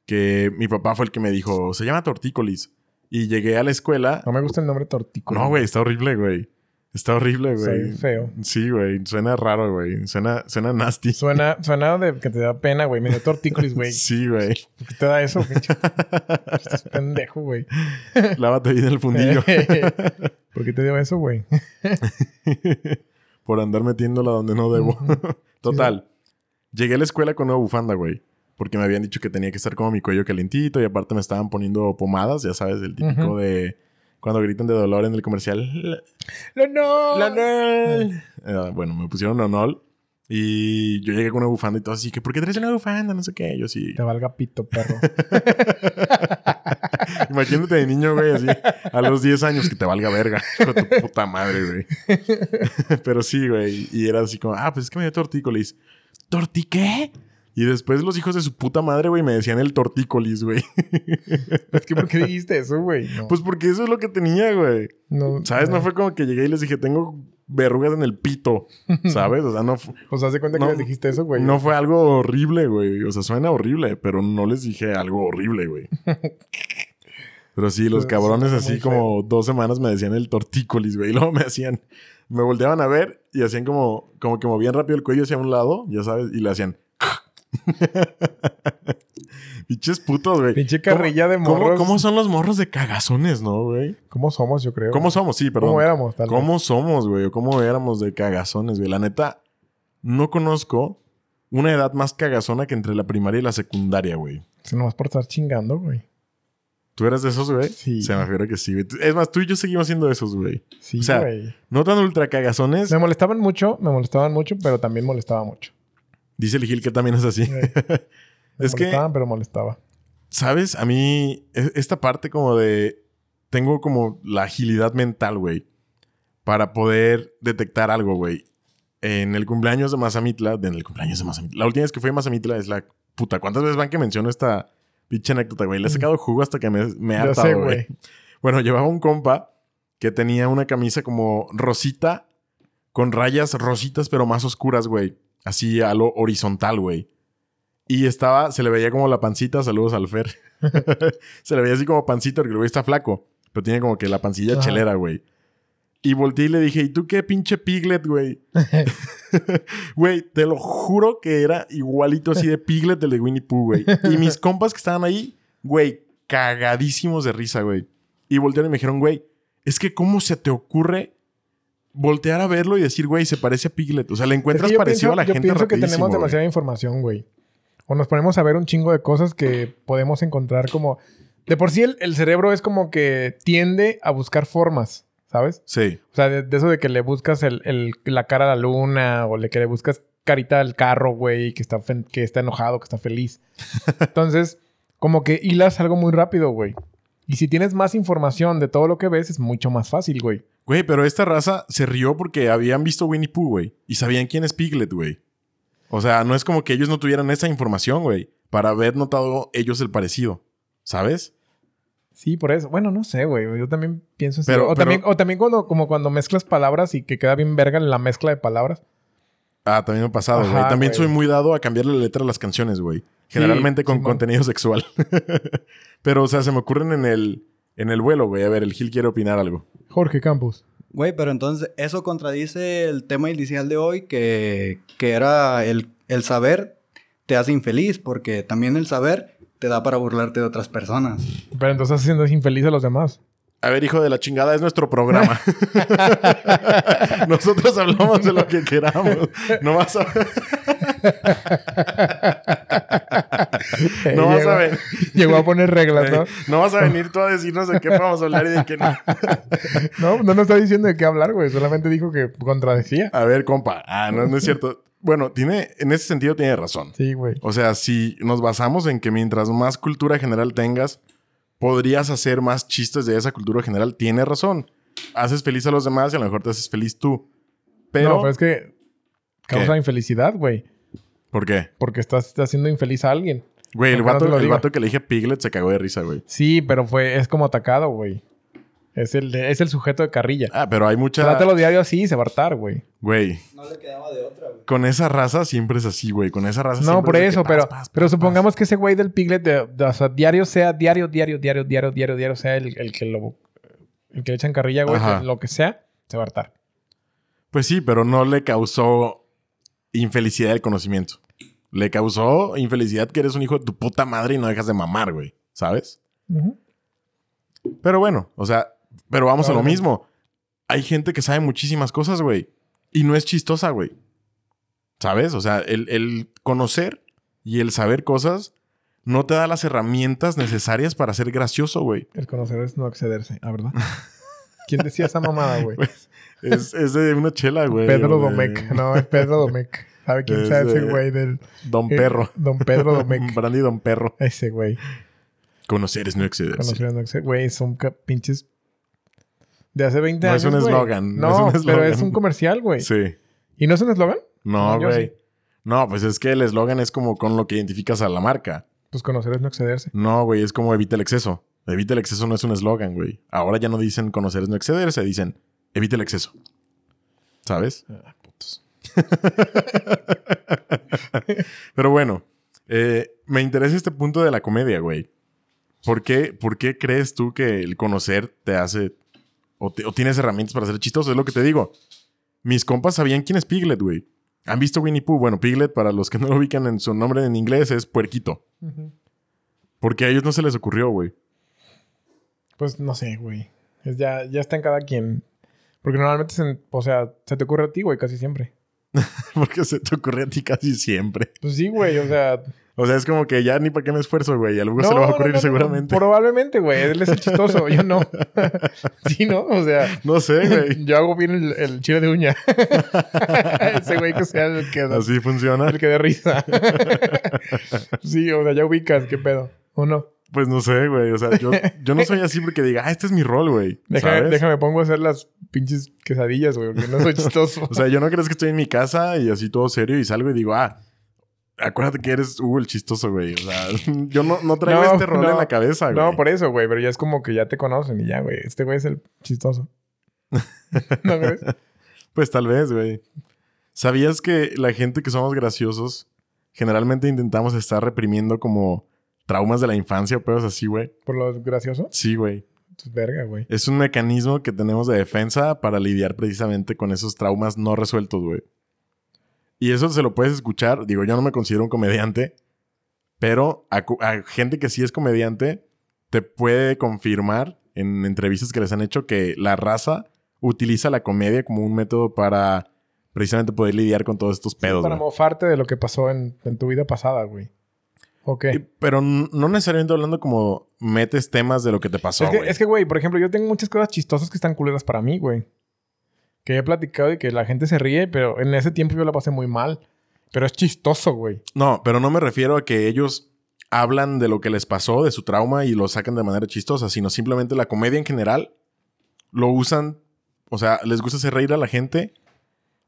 S1: que mi papá fue el que me dijo, se llama tortícolis. Y llegué a la escuela
S2: No me gusta el nombre tortícolis.
S1: No, güey, está horrible, güey. Está horrible,
S2: Soy
S1: güey.
S2: feo.
S1: Sí, güey. Suena raro, güey. Suena, suena nasty.
S2: Suena, suena de que te da pena, güey. Me dio tortícolis, güey.
S1: Sí, güey.
S2: ¿Por qué te da eso, pinche? Estás pendejo, güey.
S1: Lávate bien el
S2: Eh.
S1: fundillo
S2: ¿Por qué te dio eso, güey?
S1: por andar metiéndola donde no debo.
S2: Ujú.
S1: Total. Llegué a la escuela con una bufanda, güey. Porque me habían dicho que tenía que estar como mi cuello calentito y aparte me estaban poniendo pomadas, ya sabes, el típico
S2: Ujú.
S1: de cuando gritan de dolor en el comercial. "La-
S2: ¡Lo no!
S1: ¡Lonol! Eh, bueno, me pusieron Lonol y yo llegué con una bufanda y todo así que, ¿por qué traes una bufanda? No sé qué. Yo sí.
S2: Te valga pito, perro.
S1: Imagínate de niño, güey, así a los 10 años que te valga verga. Con tu puta madre, güey. Pero sí, güey. Y era así como, ah, pues es que me dio tortícolis. ¿Tortiqué? Y después los hijos de su puta madre, güey, me decían el tortícolis, güey.
S2: es que ¿por qué dijiste eso, güey? No.
S1: Pues porque eso es lo que tenía, güey.
S2: no,
S1: ¿Sabes? No fue como que llegué y les dije, tengo verrugas en el pito. ¿Sabes? O sea, no, fu-
S2: Pues haz de cuenta que
S1: No,
S2: les dijiste eso, güey.
S1: no fue algo horrible, güey. O sea, suena horrible, pero no les dije algo horrible, güey. Pero sí, los
S2: Suena-
S1: cabrones
S2: suena
S1: así
S2: muy
S1: como dos semanas me decían el tortícolis, güey. Y luego me hacían, me volteaban a ver y hacían como, como que movían rápido el cuello hacia un lado, ya sabes, y le hacían. Pinches putos, güey.
S2: Pinche
S1: ¿Cómo-
S2: carrilla de
S1: ¿Cómo,
S2: morros.
S1: cómo son los morros de cagazones, no, güey?
S2: ¿Cómo somos, yo creo?
S1: ¿Cómo somos? Sí, perdón.
S2: ¿Cómo éramos? Tal vez?
S1: ¿Cómo somos, güey? ¿O ¿Cómo éramos de cagazones, güey? La neta, no conozco una edad más cagazona que entre la primaria y la secundaria, güey.
S2: Si nomás por estar chingando, güey.
S1: ¿Tú eras de esos, güey?
S2: Sí.
S1: Se me figura que sí, güey. Es más, tú y yo seguimos siendo de esos, güey.
S2: Sí,
S1: O sea,
S2: güey.
S1: No tan ultra cagazones.
S2: Me molestaban mucho, me molestaban mucho, pero también molestaba mucho.
S1: Dice el Gil que también es así.
S2: Güey. Me
S1: es que,
S2: molestaban, pero molestaba.
S1: ¿sabes? A mí, e- esta parte como de... Tengo como la agilidad mental, güey. Para poder detectar algo, güey. En el cumpleaños de Mazamitla... de- En el cumpleaños de Mazamitla... La última vez que fui a Mazamitla es la... Puta, ¿cuántas veces van que menciono esta pinche anécdota, güey? Le he sacado jugo hasta que me, me he
S2: Mm. Ya
S1: hartado,
S2: sé,
S1: güey.
S2: güey.
S1: Bueno, llevaba un compa que tenía una camisa como rosita, con rayas rositas, pero más oscuras, güey. Así a lo horizontal, güey. Y estaba, se le veía como la pancita, saludos al Fer. se le veía así como pancita, porque el güey está flaco, pero tiene como que la pancilla
S2: Ajá.
S1: chelera, güey. Y volteé y le dije, ¿y tú qué pinche piglet, güey? Güey, te lo juro que era igualito así de piglet del de Winnie Pooh, güey. Y mis compas que estaban ahí, güey, cagadísimos de risa, güey. Y voltearon y me dijeron, güey, es que ¿cómo se te ocurre voltear a verlo y decir, güey, se parece a piglet? O sea, le encuentras
S2: Es que yo
S1: parecido
S2: pienso-
S1: a la gente
S2: Yo pienso que
S1: rapidísimo,
S2: tenemos
S1: güey.
S2: demasiada información, güey. O nos ponemos a ver un chingo de cosas que podemos encontrar como... De por sí el, el cerebro es como que tiende a buscar formas, ¿sabes?
S1: Sí,
S2: O sea, de, de eso de que le buscas el- el- la cara a la luna o le que le buscas carita al carro, güey, que está, fen- que está enojado, que está feliz. Entonces, como que hilas algo muy rápido, güey. Y si tienes más información de todo lo que ves, es mucho más fácil, güey.
S1: güey, pero esta raza se rió porque habían visto Winnie Pooh, güey. Y sabían quién es piglet, güey. O sea, no es como que ellos no tuvieran esa información, güey. Para haber notado ellos el parecido, ¿sabes?
S2: Sí, por eso. Bueno, no sé, güey. Yo también pienso así.
S1: Pero-
S2: o,
S1: pero-
S2: también, o también cuando, como cuando mezclas palabras y que queda bien verga la mezcla de palabras.
S1: Ah, también me ha pasado, güey.
S2: Ajá,
S1: También
S2: güey.
S1: soy muy dado a cambiar la letra a las canciones, güey. Generalmente con
S2: Simón.
S1: contenido sexual. Pero, o sea, se me ocurren en el, en el vuelo, güey. A ver, el Gil quiere opinar algo.
S2: Jorge Campos.
S3: Güey, pero entonces eso contradice el tema inicial de hoy que, que era el, el saber te hace infeliz porque también el saber te da para burlarte de otras personas.
S2: Pero entonces haciendo infeliz a los demás.
S1: A ver, hijo de la chingada, es nuestro programa. Nosotros hablamos de lo que queramos. No vas a, no vas
S2: Llegó-
S1: a ver.
S2: Llegó a poner reglas, ¿no?
S1: No vas a venir tú a decirnos de qué vamos a hablar y de qué no.
S2: No, no nos está diciendo de qué hablar, güey. Solamente dijo que contradecía.
S1: A ver, compa. Ah, no, no es cierto. Bueno, tiene, en ese sentido tiene razón.
S2: Sí, güey.
S1: O sea, si nos basamos en que mientras más cultura general tengas, podrías hacer más chistes de esa cultura general, tienes razón. Haces feliz a los demás y a lo mejor te haces feliz tú. Pero,
S2: no, pues, pero es que causa
S1: ¿Qué?
S2: infelicidad, güey.
S1: ¿por qué?
S2: Porque estás, estás haciendo infeliz a alguien.
S1: Güey, el,
S2: Mejor no
S1: vato,
S2: te lo
S1: el
S2: digo.
S1: vato que le dije a Piglet se cagó de risa, güey.
S2: Sí, pero fue, es como atacado, güey. Es el, es el sujeto de carrilla.
S1: Ah, pero hay mucha...
S2: Trátalo diario así y se va a hartar, güey.
S1: Güey,
S3: No le quedaba de otra, güey.
S1: con esa raza siempre es así, güey. Con esa raza
S2: No,
S1: siempre
S2: por
S1: es de que
S2: eso,
S1: paz,
S2: pero,
S1: paz,
S2: pero
S1: paz,
S2: supongamos que ese güey del Piglet, de, de- o sea, diario sea, diario, diario, diario, diario, diario, diario, sea el, el que lo el que le echan carrilla, güey,
S1: Ajá.
S2: que- lo que sea, se va a hartar.
S1: paz. Pues sí, pero no le causó infelicidad el conocimiento. Le causó infelicidad que eres un hijo de tu puta madre y no dejas de mamar, güey. ¿Sabes? Pero bueno, o sea, pero vamos a lo
S2: Probablemente.
S1: mismo. Hay gente que sabe muchísimas cosas, güey. Y no es chistosa, güey. ¿Sabes? O sea, el, el conocer y el saber cosas no te da las herramientas necesarias para ser gracioso, güey.
S2: El conocer es no accederse, ah, ¿verdad? ¿Quién decía esa mamada, güey?
S1: Es, es de una chela, güey. o
S2: Pedro
S1: de-
S2: Domecq. No, es Pedro Domecq. ¿Sabe quién
S1: Es
S2: sabe ese
S1: de-
S2: güey del... eh,
S1: Don Perro.
S2: Don Pedro Domecq.
S1: Brandy Don Perro.
S2: ese güey.
S1: Conocer es no excederse.
S2: Conocer a Noxer. Güey, son ca- pinches... De hace 20
S1: No es
S2: años,
S1: un
S2: güey.
S1: eslogan, no
S2: No,
S1: es un
S2: pero
S1: eslogan.
S2: es un comercial, güey.
S1: Sí.
S2: ¿Y no es un eslogan?
S1: No,
S2: No, yo
S1: güey.
S2: sí.
S1: No, pues es que el eslogan es como con lo que identificas a la marca.
S2: Pues conocer es no accederse.
S1: No, güey, es como evita el exceso. Evita el exceso no es un eslogan, güey. Ahora ya no dicen conocer es no excederse, dicen evita el exceso. ¿Sabes? Pero bueno, eh, me interesa este punto de la comedia, güey. ¿Por qué, por qué crees tú que el conocer te hace o, te- o tienes herramientas para ser chistoso? Es lo que te digo. Mis compas sabían quién es Piglet, güey. ¿Han visto Winnie Pooh? Bueno, Piglet, para los que no lo ubican en su nombre en inglés, es puerquito. Porque a ellos no se les ocurrió, güey.
S2: Pues no sé, güey. Es ya, ya está en cada quien. Porque normalmente, se- o sea, se te ocurre a ti, güey, casi siempre.
S1: Porque se te ocurre a ti casi siempre.
S2: Pues sí, güey, o sea...
S1: O sea, es como que ya ni para qué me esfuerzo, güey. Algo se le va a
S2: no,
S1: ocurrir
S2: no, no,
S1: seguramente. No,
S2: Probablemente, güey. Él es el chistoso, yo no. sí, ¿no? O sea...
S1: sé, güey.
S2: Yo hago bien el, el chile de uña. Ese güey que sea el que,
S1: Así funciona.
S2: el que dé risa. sí, o sea, ya ubicas, qué pedo. ¿O no?
S1: Pues no sé, güey. O sea, yo, yo no soy así porque diga, ah, este es mi rol, güey.
S2: Déjame,
S1: ¿Sabes?
S2: déjame pongo a hacer las pinches quesadillas, güey, porque no soy chistoso.
S1: O sea, yo no crees que estoy en mi casa y así todo serio y salgo y digo, ah, acuérdate que eres Hugo el chistoso, güey. O sea, yo no, no traigo
S2: No,
S1: este rol
S2: no.
S1: en la cabeza, güey.
S2: no, por eso, güey, pero ya es como que ya te conocen y ya, güey. Este güey es el chistoso. ¿No crees?
S1: Pues tal vez, güey. ¿Sabías que la gente que somos graciosos generalmente intentamos estar reprimiendo como traumas de la infancia o pedos así, güey?
S2: Por lo gracioso.
S1: Sí, güey.
S2: Pues verga, güey.
S1: Es un mecanismo que tenemos de defensa para lidiar precisamente con esos traumas no resueltos, güey. Y eso se lo puedes escuchar. Digo, yo no me considero un comediante, pero a, cu- a gente que sí es comediante te puede confirmar en entrevistas que les han hecho que la raza utiliza la comedia como un método para precisamente poder lidiar con todos estos pedos.
S2: para
S1: güey.
S2: mofarte de lo que pasó en, en tu vida pasada, güey. Ok.
S1: Y- pero n- no necesariamente hablando como metes temas de lo que te pasó.
S2: es, que,
S1: güey.
S2: es que, güey, por ejemplo, yo tengo muchas cosas chistosas que están culeras para mí, güey. Que he platicado y que la gente se ríe, pero en ese tiempo yo la pasé muy mal. Pero es chistoso, güey.
S1: No, pero no me refiero a que ellos hablan de lo que les pasó, de su trauma y lo sacan de manera chistosa, sino simplemente la comedia en general lo usan, o sea, les gusta hacer reír a la gente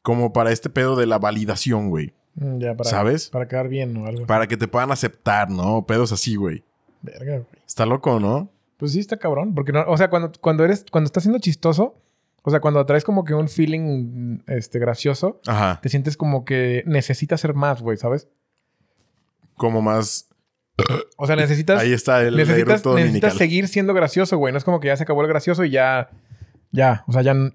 S1: como para este pedo de la validación, güey.
S2: Mm, Ya, para,
S1: ¿Sabes?
S2: Para quedar bien o algo.
S1: Para que te puedan aceptar, ¿no? Pedos así, güey.
S2: Verga, güey.
S1: Está loco, ¿no?
S2: Pues sí, está cabrón. Porque no, o sea, cuando, cuando eres, cuando estás siendo chistoso, o sea, cuando traes como que un feeling mm, este, gracioso,
S1: Ajá.
S2: te sientes como que necesitas hacer más, güey, ¿sabes?
S1: Como más...
S2: O sea, necesitas,
S1: Ahí está el
S2: necesitas,
S1: eructo
S2: necesitas
S1: dominical.
S2: seguir siendo gracioso, güey. No es como que ya se acabó el gracioso y ya, ya, o sea, ya. n-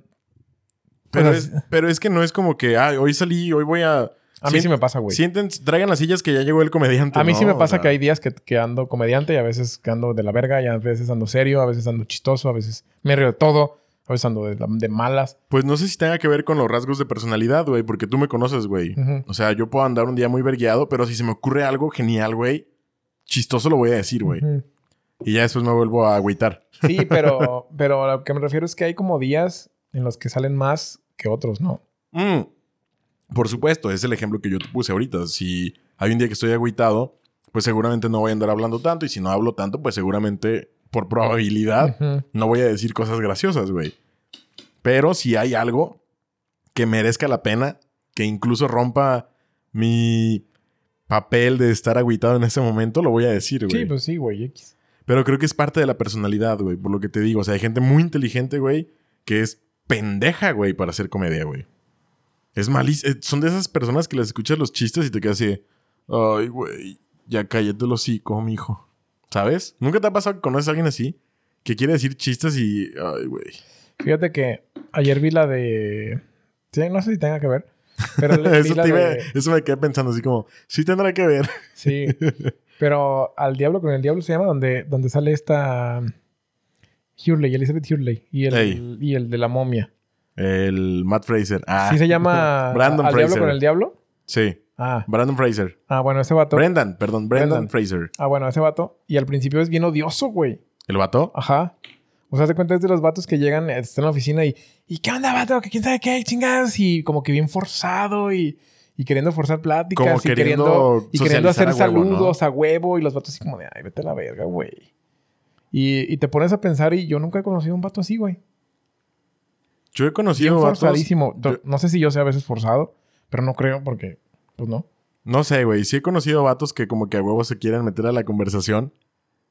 S1: Pero
S2: o sea,
S1: es, pero es que no es como que, ah, hoy salí, hoy voy a...
S2: a mí sí,
S1: Sien-
S2: me pasa, güey.
S1: Sienten, traigan las sillas que ya llegó el comediante.
S2: a mí sí
S1: ¿no?
S2: me
S1: O
S2: pasa
S1: sea,
S2: que hay días que, que ando comediante y a veces que ando de la verga y a veces ando serio, a veces ando chistoso, a veces me río de todo, a veces ando de, la- de malas.
S1: Pues no sé si tenga que ver con los rasgos de personalidad, güey, porque tú me conoces, güey.
S2: Ujú.
S1: O sea, yo puedo andar un día muy vergueado, pero si se me ocurre algo genial, güey, chistoso lo voy a decir, güey.
S2: Ujú.
S1: Y ya después me vuelvo a agüitar.
S2: Sí, pero, pero a lo que me refiero es que hay como días en los que salen más que otros, ¿no?
S1: Mm. Por supuesto, es el ejemplo que yo te puse ahorita. Si hay un día que estoy agüitado, pues seguramente no voy a andar hablando tanto. Y si no hablo tanto, pues seguramente, por probabilidad,
S2: Ujú.
S1: no voy a decir cosas graciosas, güey. Pero si hay algo que merezca la pena, que incluso rompa mi papel de estar agüitado en ese momento, lo voy a decir, güey.
S2: Sí, pues sí, güey, X.
S1: Pero creo que es parte de la personalidad, güey, por lo que te digo. O sea, hay gente muy inteligente, güey, que es pendeja, güey, para hacer comedia, güey. Es malísimo. Son de esas personas que les escuchas los chistes y te quedas así de, ay, güey, ya cállate el hocico, mijo. ¿Sabes? ¿Nunca te ha pasado que conoces a alguien así? Que quiere decir chistes y, ay, güey.
S2: Fíjate que ayer vi la de... Sí, no sé si tenga que ver, pero le- vi
S1: Eso,
S2: la
S1: te iba-
S2: de...
S1: eso me quedé pensando así como, sí tendrá que ver.
S2: Sí, pero Al Diablo con el Diablo se llama donde, donde sale esta... Hurley, Elizabeth Hurley y el,
S1: Ey.
S2: y el de la momia.
S1: El Matt Fraser. Ah,
S2: sí se llama
S1: Brandon
S2: Al Diablo
S1: Fraser.
S2: con el Diablo.
S1: Sí,
S2: Ah,
S1: Brandon Fraser.
S2: ah, bueno, ese vato.
S1: Brendan, perdón, Brendan
S2: Brendan.
S1: Fraser.
S2: ah, bueno, ese vato. Y al principio es bien odioso, güey.
S1: ¿El vato?
S2: Ajá. O sea, te cuenta es de los vatos que llegan, eh, están en la oficina y, ¿y qué onda, vato? ¿Que quién sabe qué? Chingados. Y como que bien forzado y, y queriendo forzar pláticas
S1: Como
S2: y queriendo,
S1: queriendo
S2: y queriendo
S1: socializar
S2: hacer
S1: a huevo, ¿no?
S2: saludos a huevo. Y los vatos así como de, ay, vete a la verga, güey. Y, y te pones a pensar y yo nunca he conocido a un vato así, güey.
S1: Yo he
S2: Bien
S1: conocido vatos...
S2: forzadísimo.
S1: yo-
S2: No sé si yo sea a veces forzado, pero no creo porque, pues no.
S1: No sé, güey. Sí he conocido vatos que como que a huevos se quieren meter a la conversación.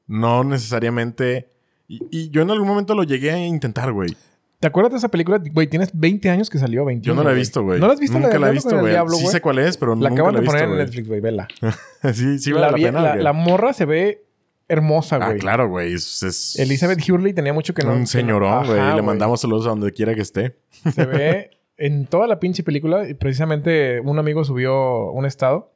S1: No necesariamente... Y, y yo en algún momento lo llegué a intentar, güey.
S2: ¿Te acuerdas de esa película? Güey, tienes 20 años que salió, 21.
S1: Yo no la he visto, güey.
S2: ¿No la has visto?
S1: Nunca la, he
S2: del
S1: visto,
S2: Diablo con el
S1: güey.
S2: Diablo,
S1: Sí
S2: güey?
S1: sé cuál es, pero
S2: La
S1: nunca
S2: acaban
S1: la
S2: de
S1: he
S2: poner en
S1: visto,
S2: Netflix, güey, vela.
S1: güey. sí, sí vale
S2: la,
S1: la,
S2: vie-
S1: pena,
S2: la-
S1: güey.
S2: la morra se ve hermosa,
S1: Ah,
S2: güey.
S1: claro, güey. Es, es
S2: Elizabeth Hurley tenía mucho que no. que
S1: un
S2: no-
S1: señorón, güey.
S2: Ajá,
S1: Le mandamos saludos a donde quiera que esté.
S2: Se ve en toda la pinche película. Y precisamente un amigo subió un estado.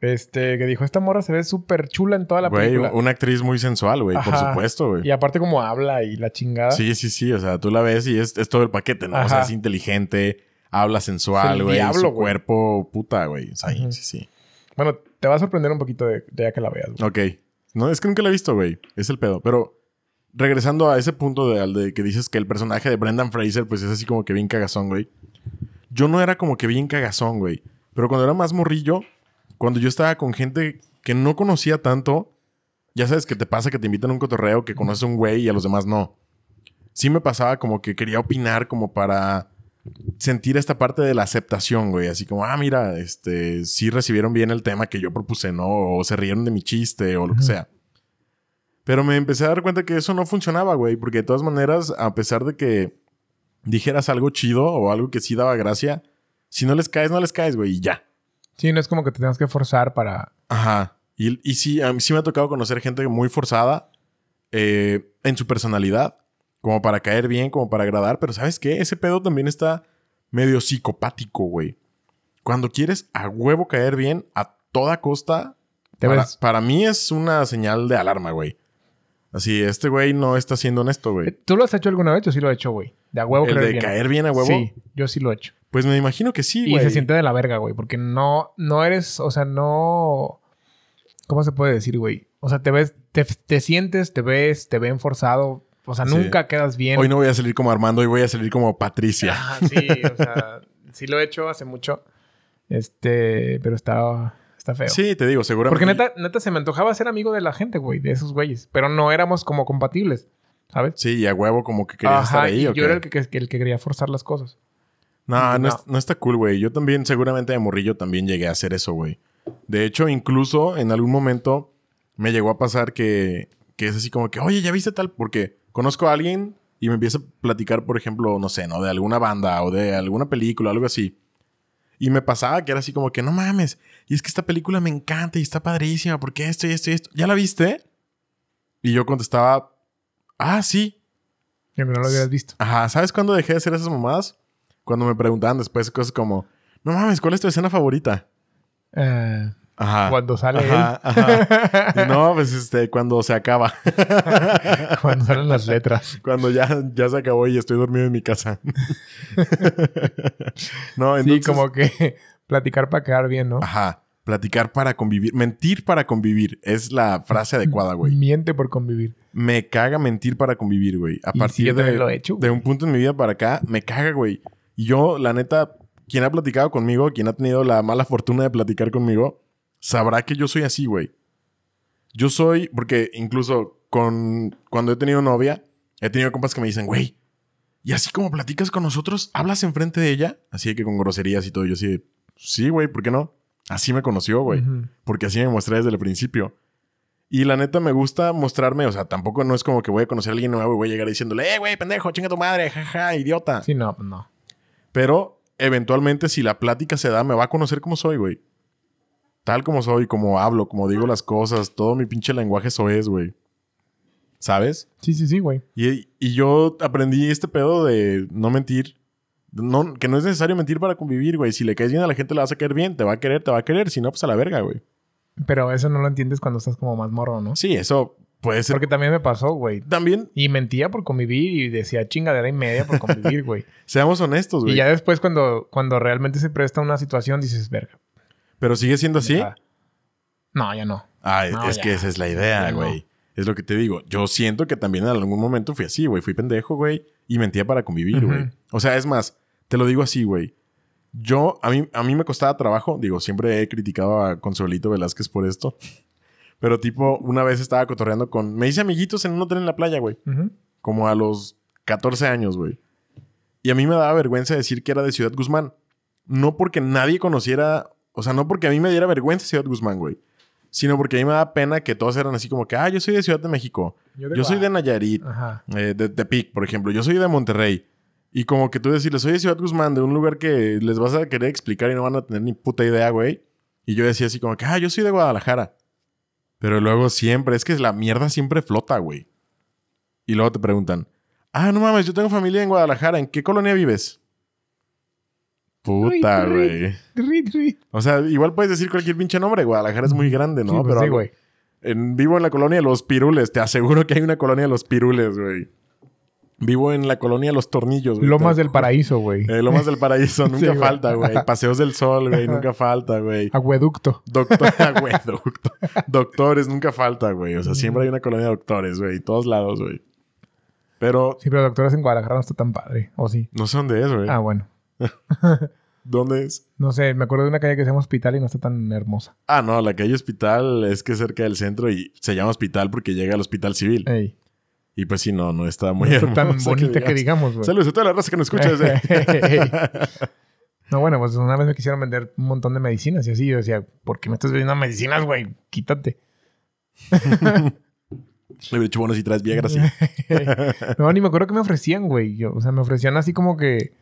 S2: Este, que dijo, esta morra se ve súper chula en toda la
S1: Güey,
S2: película.
S1: una actriz muy sensual, güey. Por
S2: Ajá.
S1: supuesto,
S2: Y
S1: güey.
S2: aparte como habla y la chingada.
S1: Sí, sí, sí. O sea, tú la ves y es, es todo el paquete, ¿no? O sea,
S2: Ajá.
S1: es inteligente, habla
S2: Es
S1: sensual,
S2: el
S1: güey.
S2: diablo,
S1: Su
S2: güey.
S1: cuerpo, puta, güey. O sea,
S2: Ujú.
S1: Sí, sí.
S2: Bueno, te va a sorprender un poquito de, de ya que la veas, güey.
S1: Ok. No, es que nunca la he visto, güey. Es el pedo. Pero regresando a ese punto de, al de que dices que el personaje de Brendan Fraser, pues es así como que bien cagazón, güey. Yo no era como que bien cagazón, güey. Pero cuando era más morrillo, cuando yo estaba con gente que no conocía tanto, ya sabes que te pasa que te invitan a un cotorreo, que conoces a un güey y a los demás no. Sí me pasaba como que quería opinar como para sentir esta parte de la aceptación, güey. Así como, ah, mira, este, sí recibieron bien el tema que yo propuse, ¿no? O se rieron de mi chiste o lo que
S2: Ujú.
S1: sea. Pero me empecé a dar cuenta que eso no funcionaba, güey. Porque de todas maneras, a pesar de que dijeras algo chido o algo que sí daba gracia, si no les caes, no les caes, güey. Y ya.
S2: Sí, no es como que te tengas que forzar para...
S1: Ajá. Y, y sí, a mí sí me ha tocado conocer gente muy forzada eh, en su personalidad Como para caer bien, como para agradar. Pero ¿sabes qué? Ese pedo también está medio psicopático, güey. Cuando quieres a huevo caer bien a toda costa,
S2: Te
S1: para,
S2: ves-
S1: para mí es una señal de alarma, güey. Así, este güey no está siendo honesto, güey.
S2: ¿Tú lo has hecho alguna vez? Yo sí lo he hecho, güey. De a huevo
S1: El
S2: creo
S1: de
S2: Eh, bien.
S1: caer bien a huevo.
S2: Sí, yo sí lo he hecho.
S1: Pues me imagino que sí,
S2: y
S1: güey.
S2: se siente de la verga, güey, porque no, no eres, o sea, no... ¿Cómo se puede decir, güey? O sea, te ves, te, te sientes, te ves, te ven forzado. O sea,
S1: Sí.
S2: nunca quedas bien.
S1: Hoy no voy a salir como Armando, hoy voy a salir como Patricia.
S2: Ah, sí, o sea, sí lo he hecho hace mucho. Este, pero está, está feo.
S1: Sí, te digo, seguramente.
S2: Porque neta, neta se me antojaba ser amigo de la gente, güey, de esos güeyes. Pero no éramos como compatibles, ¿sabes?
S1: Sí, y a huevo como que querías estar
S2: Ajá,
S1: ahí,
S2: y
S1: ¿o
S2: Yo
S1: qué?
S2: era el que, que- el que quería forzar las cosas.
S1: No, no,
S2: No.
S1: es- no está cool, güey. Yo también, seguramente de morrillo también llegué a hacer eso, güey. De hecho, incluso en algún momento me llegó a pasar que, que es así como que, oye, ¿ya viste tal? Porque conozco a alguien y me empieza a platicar, por ejemplo, no sé, ¿no? De alguna banda o de alguna película, algo así. Y me pasaba que era así como que, no mames, y es que esta película me encanta y está padrísima, porque esto y esto y esto. ¿Ya la viste? Y yo contestaba, ah, sí,
S2: Yo no lo hubieras visto.
S1: Ajá, ¿sabes cuándo dejé de hacer esas mamadas? Cuando me preguntaban después cosas como, no mames, ¿cuál es tu escena favorita?
S2: Eh,
S1: Ajá.
S2: cuando sale
S1: Ah, Ajá,
S2: ¿eh?
S1: ajá. Y no, pues este, cuando se acaba.
S2: él, cuando salen las letras.
S1: cuando ya, ya se acabó y estoy dormido en mi casa. no, entonces.
S2: sí, como que platicar para quedar bien, ¿no?
S1: Ajá. Platicar para convivir. Mentir para convivir. Es la frase adecuada, güey.
S2: Miente por convivir.
S1: Me caga mentir para convivir, güey. A
S2: Y sí,
S1: partir
S2: yo también
S1: de,
S2: lo he hecho,
S1: de un punto en mi vida para acá, me caga, güey. Y yo, la neta, quien ha platicado conmigo, quien ha tenido la mala fortuna de platicar conmigo, sabrá que yo soy así, güey. Yo soy, porque incluso con, cuando he tenido novia, he tenido compas que me dicen, güey, y así como platicas con nosotros, hablas enfrente de ella, así de que con groserías y todo. Yo así de, sí, güey, ¿por qué no? Así me conoció, güey
S2: Ujú.
S1: porque así me mostré desde el principio. Y la neta me gusta mostrarme, o sea, tampoco no es como que voy a conocer a alguien nuevo y voy a llegar diciéndole, eh, güey, pendejo, chinga tu madre, jaja, idiota.
S2: Sí, no, pues no.
S1: Pero eventualmente si la plática se da, me va a conocer como soy, güey. Tal como soy, como hablo, como digo las cosas, todo mi pinche lenguaje eso es, güey. ¿Sabes?
S2: Sí, sí, sí, güey.
S1: Y, y yo aprendí este pedo de no mentir. No, que no es necesario mentir para convivir, güey. Si le caes bien a la gente, la vas a caer bien. Te va a querer, te va a querer. Si no, pues a la verga, güey.
S2: Pero eso no lo entiendes cuando estás como más morro, ¿no?
S1: Sí, eso puede ser.
S2: Porque también me pasó, güey.
S1: También
S2: Y mentía por convivir y decía chingadera y media por convivir, güey.
S1: Seamos honestos,
S2: y
S1: güey.
S2: ya después cuando, cuando realmente se presta una situación dices, verga.
S1: Pero sigue siendo así.
S2: neta. No, ya no.
S1: Ah,
S2: No,
S1: es
S2: ya.
S1: que esa es la idea,
S2: Ya no.
S1: güey. Es lo que te digo. Yo siento que también en algún momento fui así, güey. Fui pendejo, güey. Y mentía para convivir,
S2: Ujú.
S1: güey. O sea, es más, te lo digo así, güey. Yo, a mí, a mí me costaba trabajo. Digo, siempre he criticado a Consuelito Velázquez por esto. Pero tipo, una vez estaba cotorreando con... Me hice amiguitos en un hotel en la playa, güey.
S2: Ujú.
S1: Como a los 14 años, güey. Y a mí me daba vergüenza decir que era de Ciudad Guzmán. No porque nadie conociera, o sea, no porque a mí me diera vergüenza Ciudad Guzmán, güey. Sino porque a mí me daba pena que todos eran así como que, ah, yo soy de Ciudad de México. Yo soy de Nayarit,
S2: Ajá.
S1: eh, de Tepic, por ejemplo. Yo soy de Monterrey. Y como que tú decirles, soy de Ciudad Guzmán, de un lugar que les vas a querer explicar y no van a tener ni puta idea, güey. Y yo decía así como que, ah, yo soy de Guadalajara. Pero luego siempre, es que la mierda siempre flota, güey. Y luego te preguntan, ah, no mames, yo tengo familia en Guadalajara, ¿en qué colonia vives? Puta,
S2: Ay, qué
S1: güey.
S2: Ri, ri.
S1: O sea, igual puedes decir cualquier pinche nombre, Guadalajara es muy grande, ¿no?
S2: Sí, pues
S1: Pero
S2: sí,
S1: algo-
S2: güey.
S1: en- vivo en la colonia de los pirules. Te aseguro que hay una colonia de los pirules, güey. Vivo en la colonia de los tornillos, güey.
S2: Lomas
S1: Te-
S2: del Paraíso, güey.
S1: Eh, Lomas del Paraíso, nunca
S2: Sí, güey.
S1: falta, güey. Paseos del Sol, güey, nunca falta, güey.
S2: Acueducto.
S1: Doctor, güey, doctor- doctores, nunca falta, güey. O sea, siempre hay una colonia de doctores, güey. en Todos lados, güey. Pero
S2: Sí, pero doctores en Guadalajara no está tan padre. ¿O sí?
S1: no sé dónde es, güey.
S2: Ah, bueno.
S1: ¿Dónde es?
S2: No sé, me acuerdo de una calle que se llama Hospital y no está tan hermosa.
S1: Ah, no, la calle Hospital es que es cerca del centro y se llama Hospital porque llega al Hospital Civil.
S2: Ey,
S1: Y pues sí, no, no está muy
S2: Eh. no está tan
S1: hermosa que
S2: bonita que
S1: digamos.
S2: digamos, güey.
S1: Saludos a toda la raza que nos escucha desde... eh.
S2: No, bueno, pues una vez me quisieron vender un montón de medicinas y así. Yo decía, ¿por qué me estás vendiendo medicinas, güey? Quítate.
S1: Le hubiera dicho, bueno, si traes Viagra, sí.
S2: no, ni me acuerdo que me ofrecían, güey. Yo, o sea, me ofrecían así como que.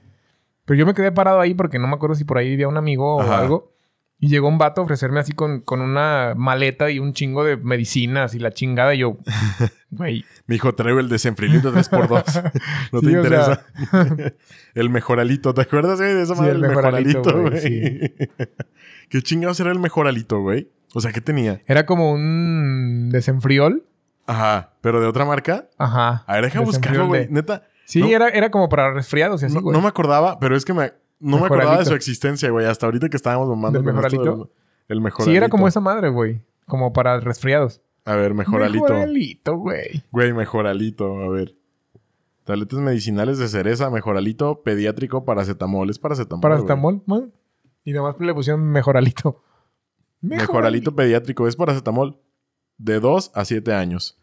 S2: Pero yo me quedé parado ahí porque no me acuerdo si por ahí vivía un amigo o
S1: Ajá.
S2: algo. Y llegó un vato a ofrecerme así con, con una maleta y un chingo de medicinas y la chingada. Y yo, güey,
S1: Mi hijo traigo el desenfrilito 3x2. No te
S2: Sí, o
S1: interesa. el mejoralito. ¿Te acuerdas, güey? De esa
S2: Sí,
S1: madre,
S2: el
S1: el mejoralito,
S2: mejoralito,
S1: güey. ¿Qué chingados era el mejoralito, güey? O sea, ¿qué tenía?
S2: era como un desenfriol.
S1: Ajá. ¿Pero de otra marca?
S2: Ajá.
S1: A ver, deja buscarlo,
S2: Desenfriol
S1: güey.
S2: de-
S1: Neta.
S2: Sí,
S1: No.
S2: era, era como para resfriados y así,
S1: No,
S2: güey.
S1: no me acordaba, pero es que me, no me acordaba de
S2: Mejoralito.
S1: su existencia, güey. Hasta ahorita que estábamos mamando.
S2: ¿Del
S1: con esto
S2: mejoralito?
S1: del- El mejoralito.
S2: sí, era como esa madre, güey. Como para resfriados.
S1: A ver, mejoralito.
S2: Mejoralito, güey.
S1: Güey, mejoralito. A ver. Tabletas medicinales de cereza, mejoralito, pediátrico, paracetamol. Es paracetamol. güey.
S2: Paracetamol, man. Y nomás le pusieron mejoralito.
S1: Mejoralito pediátrico es paracetamol de 2 a 7 años.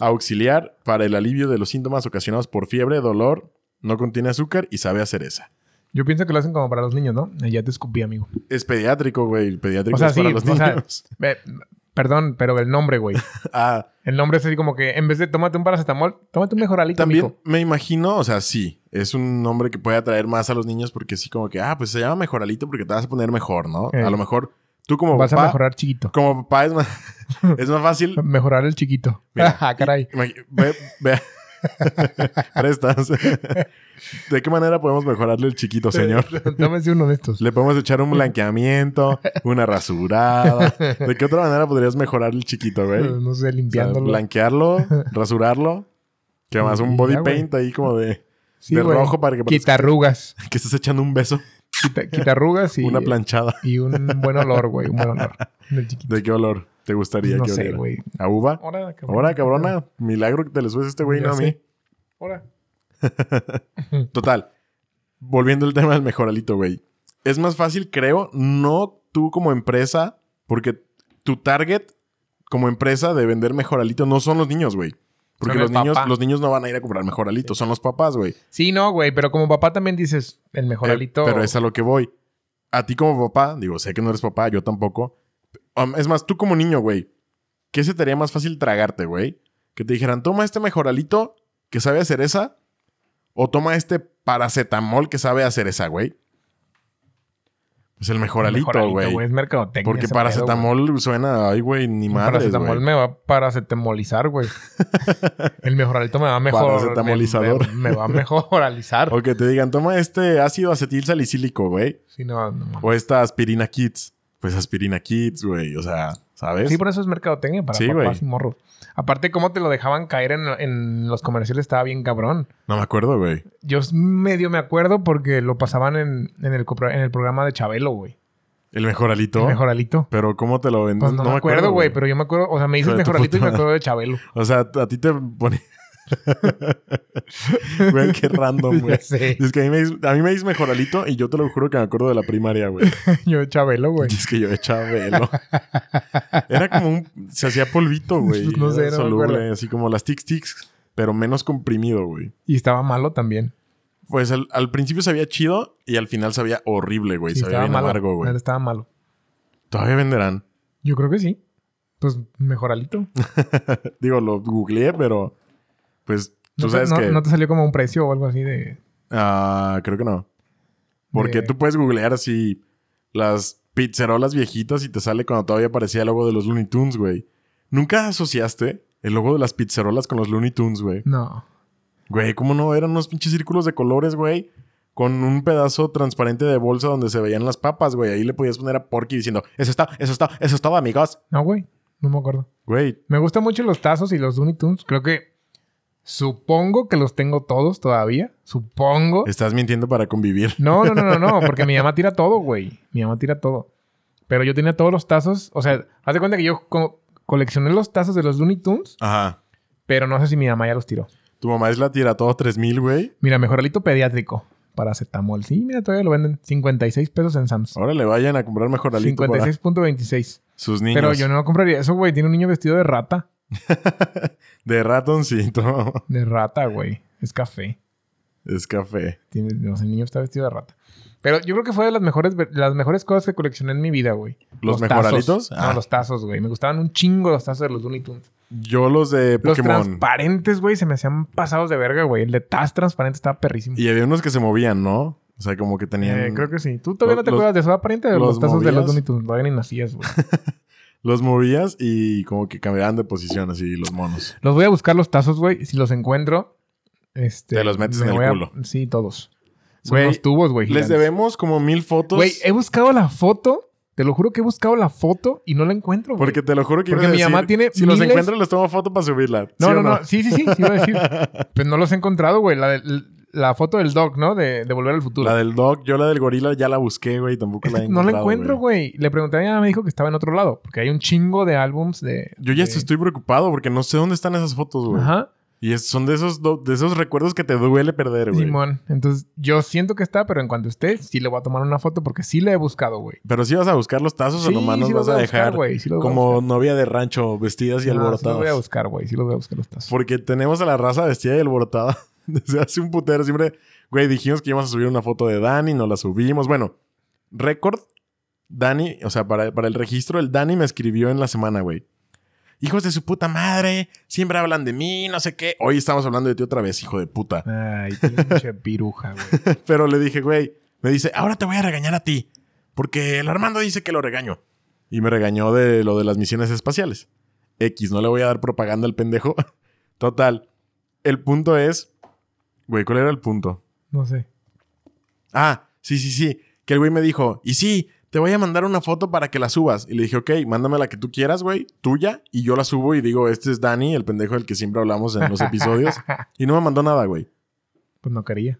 S1: Auxiliar para el alivio de los síntomas ocasionados por fiebre, dolor, no contiene azúcar y sabe a cereza.
S2: Yo pienso que lo hacen como para los niños, ¿no? Eh, Ya te escupí, amigo.
S1: Es pediátrico, güey. El pediátrico
S2: O sea,
S1: es para
S2: sí,
S1: los
S2: o sea-
S1: niños.
S2: Eh, perdón, pero el nombre, güey.
S1: ah,
S2: El nombre es así como que en vez de tómate un paracetamol, tómate un mejoralito,
S1: también
S2: mijo.
S1: me imagino, o sea, sí, es un nombre que puede atraer más a los niños porque sí, como que, ah, pues se llama mejoralito porque te vas a poner mejor, ¿no?
S2: Eh.
S1: A lo mejor tú como
S2: Vas a
S1: papá,
S2: mejorar chiquito.
S1: como papá es más, es más fácil
S2: Mejorar el chiquito.
S1: Mira,
S2: Ah, caray.
S1: Imagi- Ve, ve- Prestas. ¿De qué manera podemos mejorarle el chiquito, señor?
S2: Tómese uno de estos.
S1: Le podemos echar un blanqueamiento, una rasurada. ¿De qué otra manera podrías mejorar el chiquito, güey? O sea,
S2: Eh, No sé, limpiándolo.
S1: blanquearlo, rasurarlo. Que más un
S2: Y
S1: body
S2: ya, güey.
S1: paint ahí como de,
S2: Sí,
S1: de
S2: güey.
S1: rojo para que parezca
S2: Quitarrugas.
S1: que estás echando un beso,
S2: Quita- Quitarrugas y,
S1: una planchada.
S2: y un buen olor, güey. Un buen olor. Del chiquito.
S1: ¿De qué olor te gustaría
S2: No
S1: que
S2: sé,
S1: oliera?
S2: güey.
S1: ¿A uva?
S2: Ahora, cabrón.
S1: Ahora, cabrona, milagro que te le subes a este güey,
S2: Ya
S1: no a mí.
S2: sé. Ahora.
S1: Total. Volviendo al tema del mejoralito, güey. Es más fácil, creo, no tú como empresa, porque tu target como empresa de vender mejoralito no son los niños, güey. Porque
S2: Son
S1: los
S2: el
S1: niños,
S2: papá.
S1: los niños no van a ir a comprar mejoralito, son los papás, güey.
S2: Sí, no, güey. Pero como papá también dices el mejoralito.
S1: Eh, pero es a lo que voy. A ti como papá, digo, sé que no eres papá, yo tampoco. Um, es más, tú como niño, güey, ¿qué se te haría más fácil tragarte, güey? Que te dijeran, toma este mejoralito que sabe a cereza o toma este paracetamol que sabe a cereza, güey. Pues el mejoralito, güey.
S2: Es mercadotecnia.
S1: Porque
S2: ese pedo, güey.
S1: paracetamol suena, ay, güey, ni
S2: Un
S1: madre.
S2: paracetamol me va a paracetamolizar, güey. El mejoralito me va a mejor.
S1: Paracetamolizador.
S2: Me, me- me va a mejoralizar.
S1: O que te digan, toma este ácido acetil salicílico, güey.
S2: Sí, no, no, no.
S1: O esta aspirina kids. Pues aspirina kids, güey. O sea, ¿sabes?
S2: Sí, por eso es mercadotecnia para
S1: Sí,
S2: papás
S1: güey.
S2: y morros. Aparte, cómo te lo dejaban caer en, en los comerciales estaba bien cabrón.
S1: No me acuerdo, güey.
S2: Yo s- medio me acuerdo porque lo pasaban en, en el, copro- en el programa de Chabelo, güey.
S1: El mejoralito.
S2: El mejoralito.
S1: Pero ¿cómo te lo
S2: Pues
S1: vendían?
S2: no, me acuerdo, güey, pero yo me acuerdo, o sea, me dices
S1: Hijo de tu
S2: mejoralito y
S1: puta
S2: me acuerdo de Chabelo.
S1: O sea, a ti te ponía... güey, qué random,
S2: Ya
S1: güey.
S2: sé.
S1: Es que a mí, me, dis- a mí me dices mejoralito y yo te lo juro que me acuerdo de la primaria, güey.
S2: Yo de Chabelo, güey.
S1: Es que yo echaba velo. Era como un... Se hacía polvito, güey.
S2: No sé,
S1: Era
S2: no me
S1: soluble,
S2: acuerdo.
S1: así como las tic-tics, pero menos comprimido, güey.
S2: Y estaba malo también.
S1: Pues al, al principio sabía chido y al final sabía horrible, güey.
S2: Sí,
S1: sabía
S2: estaba
S1: bien
S2: malo.
S1: amargo, güey.
S2: Neta, Estaba malo.
S1: Todavía venderán.
S2: Yo creo que sí. Pues mejoralito.
S1: Digo, lo googleé, pero... Pues tú
S2: ¿No, te,
S1: sabes
S2: no-
S1: que...
S2: no te salió como un precio o algo así de.
S1: Ah, creo que no. Porque
S2: de-
S1: tú puedes googlear así las pizzerolas viejitas y te sale cuando todavía aparecía el logo de los Looney Tunes, güey. ¿Nunca asociaste el logo de las pizzerolas con los Looney Tunes, güey?
S2: No.
S1: Güey, ¿cómo no? Eran unos pinches círculos de colores, güey. Con un pedazo transparente de bolsa donde se veían las papas, güey. Ahí le podías poner a Porky diciendo, eso está, eso está, eso estaba, amigos.
S2: No, güey. No me acuerdo.
S1: Güey,
S2: Me gustan mucho los tazos y los Looney Tunes. Creo que. Supongo que los tengo todos todavía. Supongo.
S1: estás mintiendo para convivir.
S2: No, no, no, no, no. Porque mi mamá tira todo, güey. Mi mamá tira todo. Pero yo tenía todos los tazos. O sea, haz de cuenta que yo co- coleccioné los tazos de los Looney Tunes.
S1: Ajá.
S2: Pero no sé si mi mamá ya los tiró.
S1: Tu mamá es la tira todo 3000, güey.
S2: Mira, mejoralito pediátrico. Paracetamol. Sí, mira, todavía lo venden. 56 pesos en Sam's.
S1: Ahora le vayan a comprar mejor alito para
S2: 56.26.
S1: sus niños.
S2: Pero yo no lo compraría eso, güey. Tiene un niño vestido de rata.
S1: De ratoncito.
S2: De rata, güey. Es café.
S1: Es café.
S2: Tiene, no sé, el niño está vestido de rata. Pero yo creo que fue de las mejores, ver- las mejores cosas que coleccioné en mi vida, güey.
S1: ¿Los
S2: tazos.
S1: mejoralitos?
S2: No,
S1: Ah.
S2: los tazos, güey. Me gustaban un chingo los tazos de los Looney Tunes.
S1: Yo los de
S2: Los
S1: Pokémon.
S2: transparentes, güey, se me hacían pasados de verga, güey. El de taz transparente estaba perrísimo.
S1: y había unos que se movían, ¿no? O sea, como que tenían.
S2: Eh, creo que sí. ¿Tú todavía
S1: lo-
S2: no te
S1: los-
S2: acuerdas de Soda Aparente o los
S1: los
S2: tazos de los
S1: movías.
S2: Looney Tunes? Todavía ni nacías, güey.
S1: Los movías y como que cambiaban de posición así los monos.
S2: Los voy a buscar los tazos, güey. y Si los encuentro, este.
S1: Te los metes
S2: me
S1: en el
S2: voy a-
S1: culo.
S2: Sí, todos. Son
S1: Güey,
S2: unos tubos, güey.
S1: Les
S2: gigantes.
S1: debemos como mil fotos.
S2: Pues, Güey, he buscado la foto. Te lo juro que he buscado la foto y no la encuentro, güey.
S1: porque te lo juro que iba
S2: porque
S1: a
S2: mi
S1: decir,
S2: mamá tiene
S1: Si los
S2: miles-
S1: encuentro, les tomo foto para subirla. ¿sí
S2: No,
S1: o
S2: no, no. Sí, sí, sí. sí iba a decir. Pero no los he encontrado, güey. La, de- la foto del Doc, ¿no? De, de Volver al Futuro.
S1: La del dog, yo la del gorila ya la busqué, güey. Tampoco la he
S2: no
S1: encontrado.
S2: la encuentro, güey. Le pregunté a mi mamá, me dijo que estaba en otro lado. Porque hay un chingo de álbums de...
S1: Yo ya
S2: de-
S1: estoy preocupado porque no sé dónde están esas fotos, güey.
S2: Ajá.
S1: Y es- son de esos, do- de esos recuerdos que te duele perder, Este, güey.
S2: Simón. Entonces, yo siento que está, pero en cuanto esté, sí le voy a tomar una foto porque sí la he buscado, güey.
S1: Pero si vas a buscar los tazos o nomás nos
S2: sí los
S1: vas a
S2: voy buscar,
S1: dejar
S2: güey, sí los voy a
S1: como novia de rancho, vestidas y
S2: No, Sí lo
S1: alborotadas.
S2: voy a buscar, güey. Sí lo voy a buscar los tazos.
S1: porque tenemos a la raza vestida y alborotada desde hace un putero. Siempre, güey, dijimos que íbamos a subir una foto de Dani, no la subimos. Bueno, récord, Dani, o sea, para, para el registro, el Dani me escribió en la semana, güey. Hijos de su puta madre, siempre hablan de mí, no sé qué. Hoy estamos hablando de ti otra vez, hijo de puta.
S2: Ay, pinche piruja, güey.
S1: Pero le dije, güey, me dice, ahora te voy a regañar a ti, porque el Armando dice que lo regaño. Y me regañó de lo de las misiones espaciales. X, no le voy a dar propaganda al pendejo. Total. El punto es, güey, ¿cuál era el punto?
S2: No sé.
S1: Ah, sí, sí, sí. Que el güey me dijo, y sí, te voy a mandar una foto para que la subas. Y le dije, ok, mándame la que tú quieras, güey, tuya. Y yo la subo y digo, este es Dani, el pendejo del que siempre hablamos en los episodios. y no me mandó nada, güey.
S2: Pues no quería.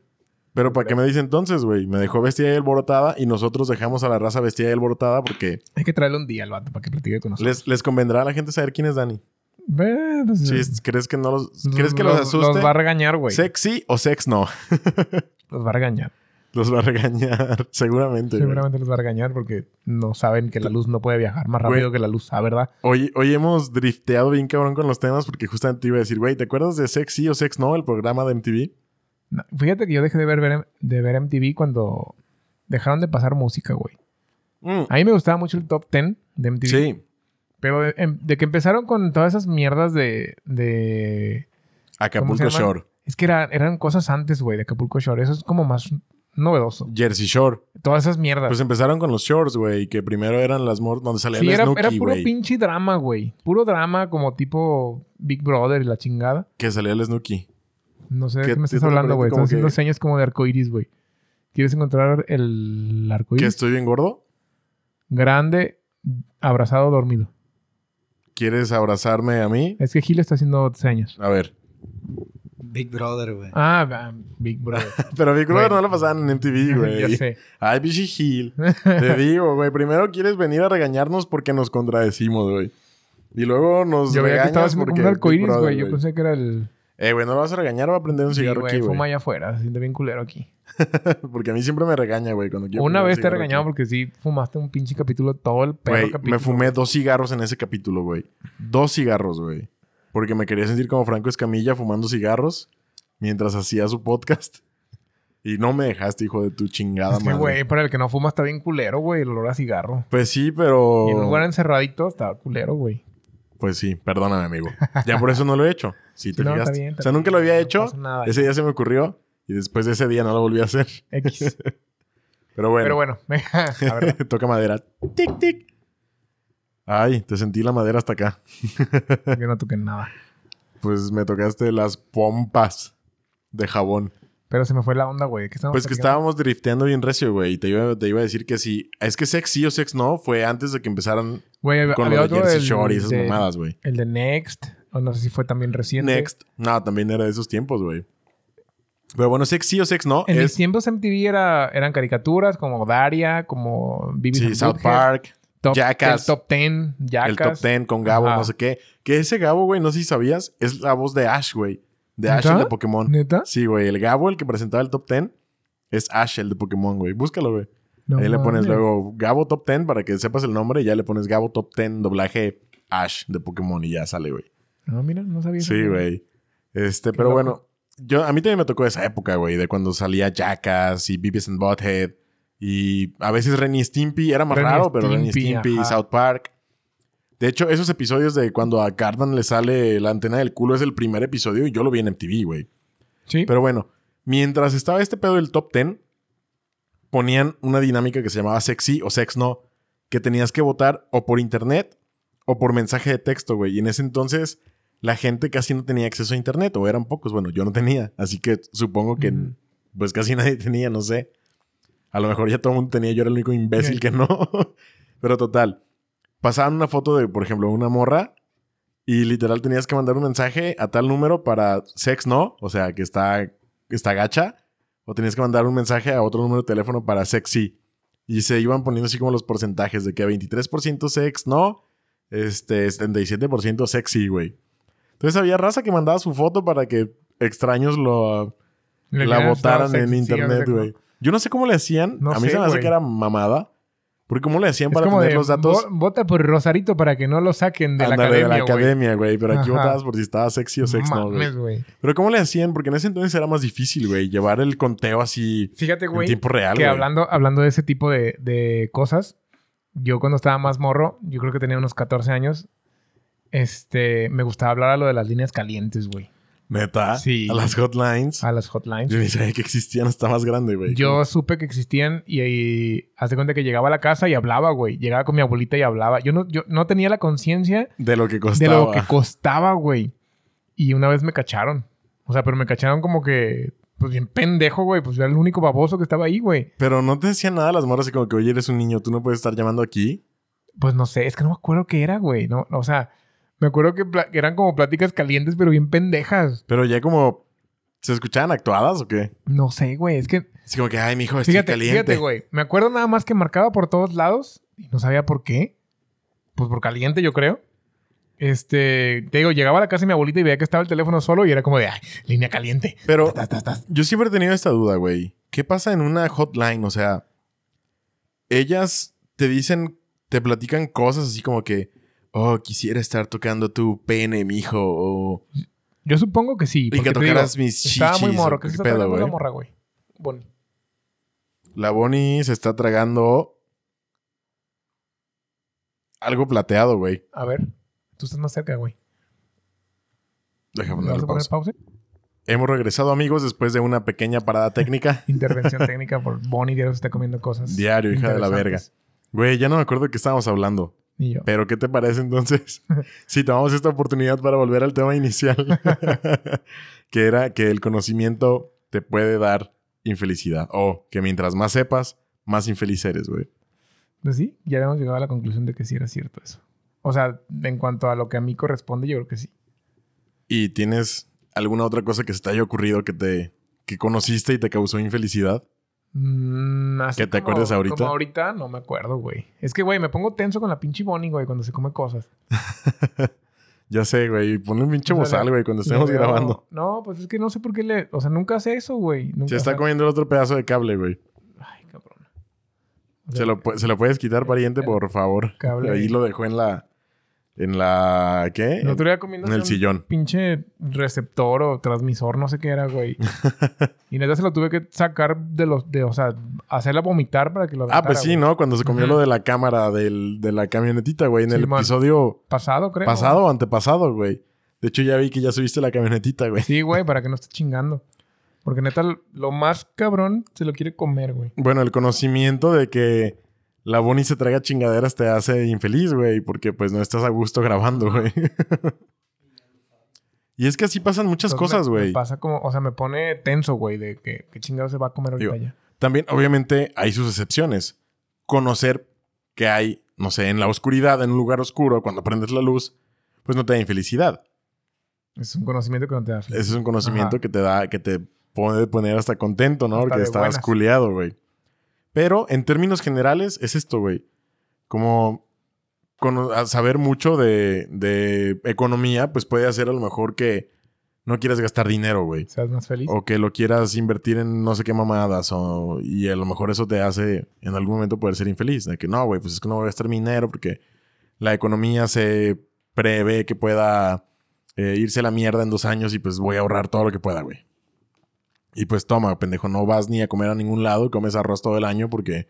S1: Pero ¿para qué me dice entonces, güey? Me dejó vestida y alborotada y nosotros dejamos a la raza vestida y alborotada porque
S2: Hay que traerle un día al vato para que platique con nosotros.
S1: les, les convendrá a la gente saber quién es Dani.
S2: Eh, pues, eh,
S1: Si es- crees que no los... ¿Crees que los, asuste?
S2: Los va a regañar, güey.
S1: ¿Sexy o sex no?
S2: Los va a regañar.
S1: Los va a regañar, seguramente. güey.
S2: Seguramente los va a regañar porque no saben que la luz no puede viajar más
S1: Güey.
S2: rápido que la luz, ¿ah, verdad?
S1: Hoy, hoy hemos drifteado bien cabrón con los temas porque justamente te iba a decir, güey, ¿te acuerdas de Sexy o Sex No, el programa de MTV?
S2: No, fíjate que yo dejé de ver, ver- de ver MTV cuando dejaron de pasar música, güey.
S1: Mm,
S2: A mí me gustaba mucho el top 10 de MTV.
S1: sí.
S2: Pero de, em- de que empezaron con todas esas mierdas de. de
S1: Acapulco
S2: ¿Cómo se llama?
S1: Shore,
S2: es que era- eran cosas antes, güey, de Acapulco Shore. Eso es como más novedoso.
S1: Jersey Shore.
S2: Todas esas mierdas.
S1: Pues empezaron con los shorts, güey, que primero eran las mor... donde salía
S2: Ah. sí,
S1: el
S2: era,
S1: Snooki,
S2: era puro
S1: güey.
S2: pinche drama, güey. Puro drama como tipo Big Brother y la chingada.
S1: Que salía el Snooki.
S2: No sé de
S1: Que
S2: qué me
S1: te-
S2: estás
S1: te
S2: hablando,
S1: parece
S2: güey.
S1: como
S2: Estás haciendo
S1: que-
S2: señas como de arcoiris, güey. ¿Quieres encontrar el
S1: ¿Que
S2: arcoiris?
S1: estoy bien gordo?
S2: Grande, abrazado, dormido.
S1: ¿Quieres abrazarme a mí?
S2: Es que Gil está haciendo señas.
S1: A ver.
S3: Big Brother, güey.
S2: Ah, ah, Big Brother.
S1: Pero Big Brother
S2: Güey.
S1: no lo pasaban en MTV,
S2: ya
S1: güey.
S2: sé.
S1: Ay, Bichi Gil. Te digo, güey. Primero quieres venir a regañarnos porque nos contradecimos, güey. Y luego nos
S2: Yo veía que estaba
S1: Pues regañas
S2: haciendo
S1: porque...
S2: como un arcoiris,
S1: Big Brother,
S2: güey. Yo pensé que era el...
S1: Eh, güey, no lo vas a regañar o va a prender un
S2: Sí,
S1: cigarro
S2: güey,
S1: aquí,
S2: fuma
S1: güey.
S2: allá afuera. Se siente bien culero aquí.
S1: Porque a mí siempre me regaña, güey, cuando quiero
S2: Una
S1: prender un
S2: vez te he
S1: cigarro
S2: regañado
S1: aquí.
S2: porque sí fumaste un pinche capítulo todo el perro
S1: Güey,
S2: capítulo.
S1: me fumé dos cigarros en ese capítulo, güey. Dos cigarros, güey. Porque me quería sentir como Franco Escamilla fumando cigarros mientras hacía su podcast. Y no me dejaste, hijo de tu chingada
S2: Es que,
S1: madre.
S2: güey, para el que no fuma está bien culero, güey. El olor a cigarro.
S1: Pues sí,
S2: Y en un lugar
S1: pero.
S2: encerradito está culero, güey.
S1: Pues sí, perdóname, amigo. Ya por eso no lo he hecho. Si te
S2: No, está
S1: fijaste.
S2: bien, está
S1: o sea, nunca
S2: bien,
S1: lo había
S2: no
S1: hecho.
S2: pasa nada.
S1: ese día se me ocurrió. Y después de ese día no lo volví a hacer.
S2: X.
S1: Pero bueno.
S2: Pero bueno, la verdad.
S1: toca madera. Tic, tic. Ay, te sentí la madera hasta acá.
S2: que no toquen nada.
S1: Pues me tocaste las pompas de jabón.
S2: Pero se me fue la onda, güey. ¿Qué estamos
S1: Pues que
S2: platicando?
S1: estábamos drifteando bien recio, güey. Y te iba, te iba a decir que sí. Es que sex sí o sex no fue antes de que empezaran
S2: Güey,
S1: con
S2: había
S1: lo de
S2: otro
S1: Jersey
S2: del-
S1: Shore y esas
S2: de-
S1: mamadas, güey.
S2: El de Next. O no sé si fue también reciente.
S1: Next. No, también era de esos tiempos, güey. Pero bueno, sex sí o sex no.
S2: En mis
S1: es
S2: tiempos MTV era, eran caricaturas como Daria, como Bibi
S1: sí,
S2: and
S1: South
S2: Butthead,
S1: Park,
S2: top,
S1: Jackass.
S2: El top 10, Jackass.
S1: el Top Ten con Gabo,
S2: Ajá.
S1: no sé qué. Que ese Gabo, güey, no sé si sabías, es la voz de Ash, güey. De Ash,
S2: ¿Neta?
S1: el de Pokémon.
S2: ¿Neta?
S1: Sí, güey. El Gabo, el que presentaba el Top Ten, es Ash, el de Pokémon, güey. Búscalo, güey.
S2: No
S1: Ahí le pones
S2: mames.
S1: luego Gabo Top Ten para que sepas el nombre y ya le pones Gabo Top Ten, doblaje Ash de Pokémon y ya sale, güey.
S2: No, mira, no sabía.
S1: Sí,
S2: eso.
S1: güey. Este, pero
S2: loco.
S1: bueno, yo a mí también me tocó esa época, güey, de cuando salía Jackass y Beavis and Butthead y a veces Ren y Stimpy, era más
S2: Ren y
S1: raro, pero Ren y
S2: Stimpy,
S1: Stimpy,
S2: ajá.
S1: South Park. De hecho, esos episodios de cuando a Cardan le sale la antena del culo es el primer episodio y yo lo vi en MTV, güey.
S2: Sí.
S1: Pero bueno, mientras estaba este pedo del top 10, ponían una dinámica que se llamaba sex sí o sex no, que tenías que votar o por internet o por mensaje de texto, güey. Y en ese entonces la gente casi no tenía acceso a internet o eran pocos. Bueno, yo no tenía, así que supongo que
S2: Ujú.
S1: pues casi nadie tenía, no sé. A lo mejor ya todo el mundo tenía, yo era el único imbécil que no. Pero total, pasaban una foto de, por ejemplo, una morra y literal tenías que mandar un mensaje a tal número para sex no, o sea, que está, que está gacha, o tenías que mandar un mensaje a otro número de teléfono para sex sí. Y se iban poniendo así como los porcentajes de que 23% sex no, este 77% sex sí, güey. Entonces había raza que mandaba su foto para que extraños lo,
S2: Le
S1: la
S2: hubieran
S1: votaran
S2: dado
S1: en
S2: sexy,
S1: internet,
S2: sí, o sea,
S1: güey. Yo no sé cómo le hacían.
S2: No
S1: a mí
S2: sé,
S1: se me hace
S2: güey.
S1: que era mamada. Porque cómo le hacían
S2: Es
S1: para
S2: como
S1: tener
S2: de,
S1: los datos
S2: "Vo- Vota por Rosarito para que no lo saquen de
S1: ándale,
S2: la academia, güey.
S1: güey. Pero aquí
S2: Ajá.
S1: votabas por si estaba sexy o sex no, güey.
S2: Mames, güey.
S1: Pero cómo le hacían, porque en ese entonces era más difícil, güey. Llevar el conteo así
S2: Fíjate,
S1: en
S2: güey,
S1: tiempo real,
S2: que
S1: güey.
S2: hablando, hablando de ese tipo de, de cosas, yo cuando estaba más morro, yo creo que tenía unos 14 años, este, me gustaba hablar a lo de las líneas calientes, güey.
S1: Neta.
S2: Sí.
S1: A las hotlines.
S2: A las hotlines.
S1: Yo ni sabía que existían hasta más grande, güey.
S2: Yo supe que existían y, y haz de cuenta que llegaba a la casa y hablaba, güey. Llegaba con mi abuelita y hablaba. Yo no, yo no tenía la conciencia
S1: De lo que
S2: de
S1: costaba.
S2: lo que costaba, güey. Y una vez me cacharon. O sea, pero me cacharon como que, pues bien pendejo, güey. Pues yo era el único baboso que estaba ahí, güey.
S1: Pero no te decían nada las morras y como que, oye, eres un niño, tú no puedes estar llamando aquí.
S2: Pues no sé, es que no me acuerdo qué era, güey. No, o sea, me acuerdo que, pla- que eran como pláticas calientes, pero bien pendejas.
S1: Pero ya como... ¿Se escuchaban actuadas o qué?
S2: No sé, güey. Es que,
S1: Así como que, ay, mijo, estoy
S2: fíjate,
S1: Pues caliente.
S2: fíjate, güey. Me acuerdo nada más que marcaba por todos lados y no sabía por qué. Pues por caliente, yo creo. Este, te digo, llegaba a la casa de mi abuelita y veía que estaba el teléfono solo y era como de, ay, línea caliente.
S1: Pero
S2: Tas, tas, tas.
S1: yo siempre he tenido esta duda, güey. ¿Qué pasa en una hotline? O sea, ellas te dicen, te platican cosas así como que, oh, quisiera estar tocando tu pene, mijo, o
S2: Yo supongo que sí.
S1: y que
S2: porque te digo,
S1: tocaras mis chichis.
S2: Estaba muy morro.
S1: o
S2: ¿Qué
S1: qué
S2: se está
S1: pedo,
S2: tragando
S1: güey.
S2: la morra, güey? Bueno.
S1: La Bonnie se está tragando algo plateado, güey.
S2: A ver. Tú estás más cerca, güey.
S1: Deja
S2: ¿Le ¿Vas
S1: ponerle
S2: a poner
S1: pausa.
S2: pausa?
S1: Hemos regresado, amigos, después de una pequeña parada técnica.
S2: Intervención técnica por Bonnie Diario se está comiendo cosas.
S1: Diario, hija de la verga.
S2: interesantes.
S1: Güey, ya no me acuerdo de qué estábamos hablando.
S2: Y yo.
S1: Pero ¿qué te parece entonces si tomamos esta oportunidad para volver al tema inicial? que era que el conocimiento te puede dar infelicidad. O que mientras más sepas, más infeliz eres, güey.
S2: Pues sí, ya habíamos llegado a la conclusión de que sí era cierto eso. O sea, en cuanto a lo que a mí corresponde, yo creo que sí.
S1: ¿Y tienes alguna otra cosa que se te haya ocurrido que te que conociste y te causó infelicidad?
S2: Mm, así
S1: ¿Que te
S2: como-
S1: acuerdes ahorita?
S2: Como ahorita no me acuerdo, güey. Es que, güey, me pongo tenso con la pinche Bonnie, güey, cuando se come cosas.
S1: Ya sé, güey. Ponle un pinche
S2: Ándale.
S1: bozal, güey, cuando estemos
S2: Le veo-
S1: grabando.
S2: No, pues es que no sé por qué le... O sea, nunca hace eso, güey. Nunca-
S1: Se
S2: o
S1: está
S2: sea,
S1: comiendo el otro pedazo de cable, güey.
S2: Ay, cabrón.
S1: Se lo, pu- se lo puedes quitar, pariente, por favor.
S2: Cable.
S1: Ahí lo dejó en la... ¿En la... qué?
S2: El otro día
S1: En
S2: comiendo
S1: el sillón.
S2: pinche receptor o transmisor, no sé qué era, güey. y neta se lo tuve que sacar de los... De, o sea, hacerla vomitar para que lo
S1: Ah,
S2: aventara,
S1: pues sí,
S2: güey.
S1: ¿no? Cuando se comió
S2: Ujú.
S1: lo de la cámara del- de la camionetita, güey. En el
S2: Simón.
S1: episodio
S2: Pasado, creo.
S1: pasado o antepasado, güey. De hecho, ya vi que ya subiste la camionetita, güey.
S2: Sí, güey, para que no esté chingando. Porque neta, lo más cabrón se lo quiere comer, güey.
S1: Bueno, el conocimiento de que la Bonnie se traga chingaderas te hace infeliz, güey. Porque pues no estás a gusto grabando, güey. y es que así pasan muchas
S2: Entonces,
S1: cosas,
S2: me- me
S1: güey.
S2: Pasa como... O sea, me pone tenso, güey, de que qué chingado se va a comer ahorita
S1: Digo,
S2: ya.
S1: También, obviamente, hay sus excepciones. Conocer que hay, no sé, en la oscuridad, en un lugar oscuro, cuando prendes la luz, pues no te da infelicidad.
S2: Es un conocimiento que no te da
S1: Ese es un conocimiento
S2: Ajá.
S1: que te da, que te puede poner hasta contento, ¿no?
S2: Hasta
S1: Porque
S2: de
S1: estabas
S2: buenas.
S1: culeado, güey. Pero en términos generales es esto, güey. Como cono- a saber mucho de, de economía, pues puede hacer a lo mejor que no quieras gastar dinero, güey.
S2: Seas más feliz.
S1: O que lo quieras invertir en no sé qué mamadas. O, y a lo mejor eso te hace en algún momento poder ser infeliz. De que no, güey, pues es que no voy a gastar mi dinero porque la economía se prevé que pueda eh, irse a la mierda en dos años y pues voy a ahorrar todo lo que pueda, güey. Y pues toma, pendejo, no vas ni a comer a ningún lado, comes arroz todo el año porque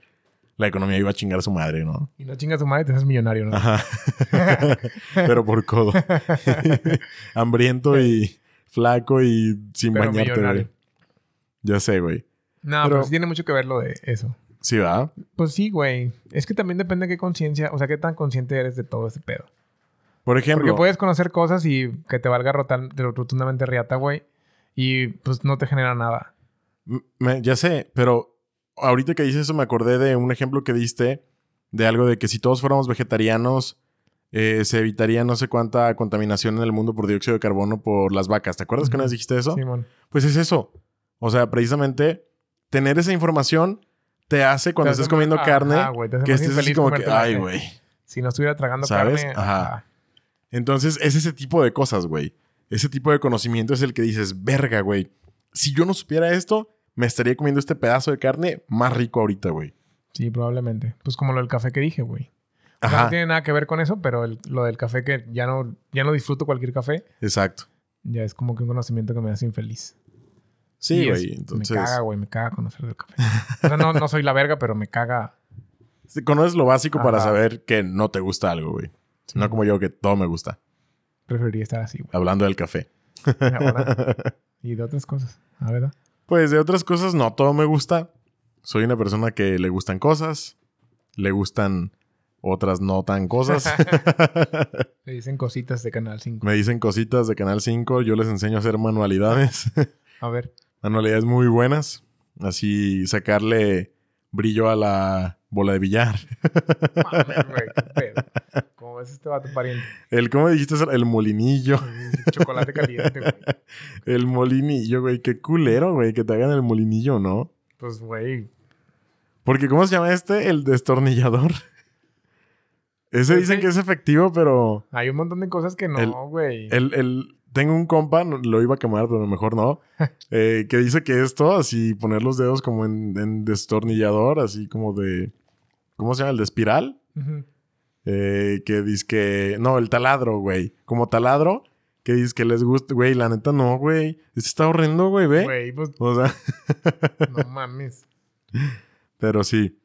S1: la economía iba a chingar a su madre, ¿no?
S2: Y no chingas tu madre y te haces millonario, ¿no?
S1: Ajá. Pero por codo. Hambriento y flaco y sin
S2: Pero
S1: bañarte,
S2: millonario.
S1: güey. Ya sé, güey.
S2: No,
S1: Pero-
S2: pero sí tiene mucho que ver lo de eso.
S1: Sí, va.
S2: Pues sí, güey. Es que también depende de qué conciencia, o sea, qué tan consciente eres de todo ese pedo.
S1: Por
S2: Porque
S1: ejemplo,
S2: puedes conocer cosas y que te valga rotan- rotundamente riata, güey. Y pues no te genera nada.
S1: m- me- ya sé, pero ahorita que dices eso me acordé de un ejemplo que diste de algo de que si todos fuéramos vegetarianos eh, se evitaría no sé cuánta contaminación en el mundo por dióxido de carbono por las vacas. ¿Te acuerdas que una
S2: Ujú.
S1: vez dijiste eso?
S2: Simón.
S1: Pues es eso. O sea, precisamente tener esa información te hace cuando
S2: Te hace
S1: estés comiendo
S2: más-
S1: carne
S2: ajá, güey, te hace
S1: que
S2: más
S1: estés así
S2: infeliz
S1: como que,
S2: comértela,
S1: ay,
S2: eh.
S1: güey.
S2: Si no estuviera tragando
S1: ¿Sabes?
S2: carne.
S1: Ajá. Entonces, es ese tipo de cosas, güey. Ese tipo de conocimiento es el que dices, verga, güey. Si yo no supiera esto, me estaría comiendo este pedazo de carne más rico ahorita, güey.
S2: Sí, probablemente. Pues como lo del café que dije, güey. O sea, no
S1: Ajá,
S2: tiene nada que ver con eso, pero el- lo del café que ya no, ya no disfruto cualquier café,
S1: exacto.
S2: ya es como que un conocimiento que me hace infeliz.
S1: Sí,
S2: Y es-
S1: güey. Entonces,
S2: Me caga, güey, me caga conocer del café. O sea, no, no soy la verga, pero me caga.
S1: sí, conoces lo básico para
S2: Ajá.
S1: saber que no te gusta algo, güey. No como yo, que todo me gusta.
S2: Preferiría estar así, güey.
S1: Hablando del café.
S2: ahora. Y de otras cosas, la verdad.
S1: Pues de otras cosas, no todo me gusta. Soy una persona que le gustan cosas, le gustan otras no tan cosas.
S2: Le dicen cositas de Canal 5.
S1: me dicen cositas de Canal 5, yo les enseño a hacer manualidades,
S2: A ver,
S1: manualidades muy buenas, así sacarle brillo a la bola de billar.
S2: mames, güey, qué pedo. Como ves este vato pariente.
S1: El, ¿cómo dijiste? Sar? El molinillo.
S2: Chocolate caliente, güey.
S1: El molinillo, güey, qué culero, güey, que te hagan el molinillo, ¿no?
S2: Pues, güey.
S1: Porque, ¿cómo se llama este? El destornillador. Ese
S2: Pues
S1: dicen
S2: sí.
S1: que es efectivo, pero...
S2: Hay un montón de cosas que
S1: El-
S2: no, güey.
S1: El, el- tengo un compa, no- lo iba a quemar, pero mejor no. eh, que dice que esto, así poner los dedos como en, en destornillador, así como de. ¿Cómo se llama? El de espiral.
S2: Ujú.
S1: Eh, que dice que. No, el taladro, güey. Como taladro, que dice que les gusta. Güey, la neta no, güey. Este está horrendo, güey, ve.
S2: Güey, pues,
S1: O sea,
S2: no mames.
S1: pero sí.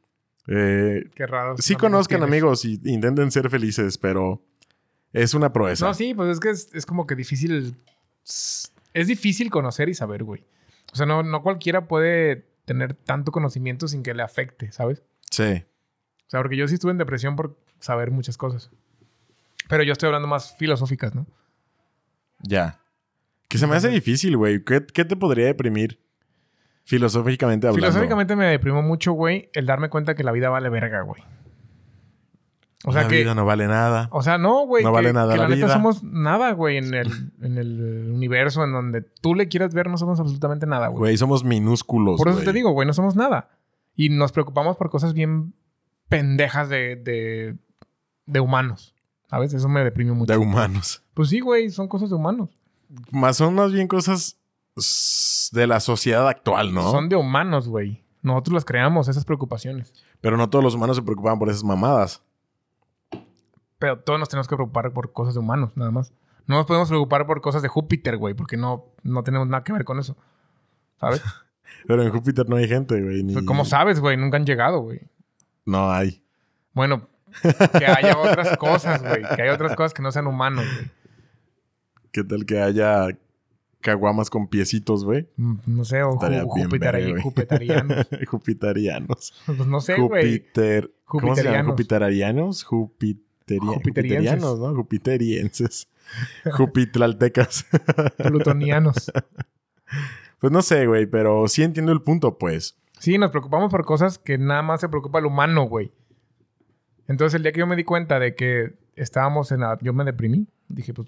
S1: Eh,
S2: Qué raro.
S1: sí
S2: amigos
S1: conozcan
S2: Pues tienes.
S1: amigos y intenten ser felices, pero es una proeza.
S2: No, sí, pues es que es, es como que difícil. Es difícil conocer y saber, güey. O sea, no, no cualquiera puede tener tanto conocimiento sin que le afecte, ¿sabes?
S1: sí.
S2: O sea, porque yo sí estuve en depresión por saber muchas cosas. Pero yo estoy hablando más filosóficas, ¿no?
S1: Ya. Que se me hace
S2: Ujú.
S1: difícil, güey. ¿Qué, qué te podría deprimir filosóficamente hablando?
S2: Filosóficamente me deprimió mucho, güey, el darme cuenta que la vida vale verga, güey. O sea
S1: la
S2: que. Oh,
S1: vida no vale nada.
S2: O sea, no, güey.
S1: No
S2: que-
S1: vale nada
S2: que
S1: la
S2: la, neta
S1: vida.
S2: somos nada, güey, en el, en el universo, en donde tú le quieras ver, no somos absolutamente nada, güey.
S1: Güey, somos minúsculos,
S2: Por eso
S1: Pues, güey.
S2: te digo, güey, no somos nada. Y nos preocupamos por cosas bien pendejas de, de, de humanos. ¿Sabes? Eso me deprime mucho.
S1: De humanos.
S2: pues sí, güey, son cosas de humanos.
S1: Más son más bien cosas s- de la sociedad actual, ¿no?
S2: Son de humanos, güey. Nosotros las creamos, esas preocupaciones.
S1: Pero no todos los humanos se preocupan por esas mamadas.
S2: Pero todos nos tenemos que preocupar por cosas de humanos, nada más. No nos podemos preocupar por cosas de Júpiter, güey, porque no, no tenemos nada que ver con eso. ¿Sabes?
S1: Pero en Júpiter no hay gente, güey. Ni...
S2: Pues, ¿Cómo sabes, güey? Nunca han llegado, güey.
S1: No hay.
S2: Bueno, que haya otras cosas, güey. Que haya otras cosas que no sean humanos, güey.
S1: ¿Qué tal que haya caguamas con piecitos, güey?
S2: Mm, No sé, o
S1: Estaría
S2: Ju-
S1: bien
S2: Júpiter
S1: verga,
S2: ahí,
S1: güey.
S2: Jupiterianos.
S1: Jupiterianos.
S2: Pues no sé, güey.
S1: Júpiter. ¿Cómo se llaman? Jupiterianos.
S2: Jupiterianos.
S1: Jupiteria-
S2: Jupiterienses.
S1: Jupiterianos, ¿no? Jupiterienses. Jupitlaltecas.
S2: Plutonianos.
S1: pues no sé, güey, pero sí entiendo el punto, pues.
S2: Sí, nos preocupamos por cosas que nada más se preocupa el humano, güey. Entonces, el día que yo me di cuenta de que estábamos en la... Yo me deprimí. Dije, pues,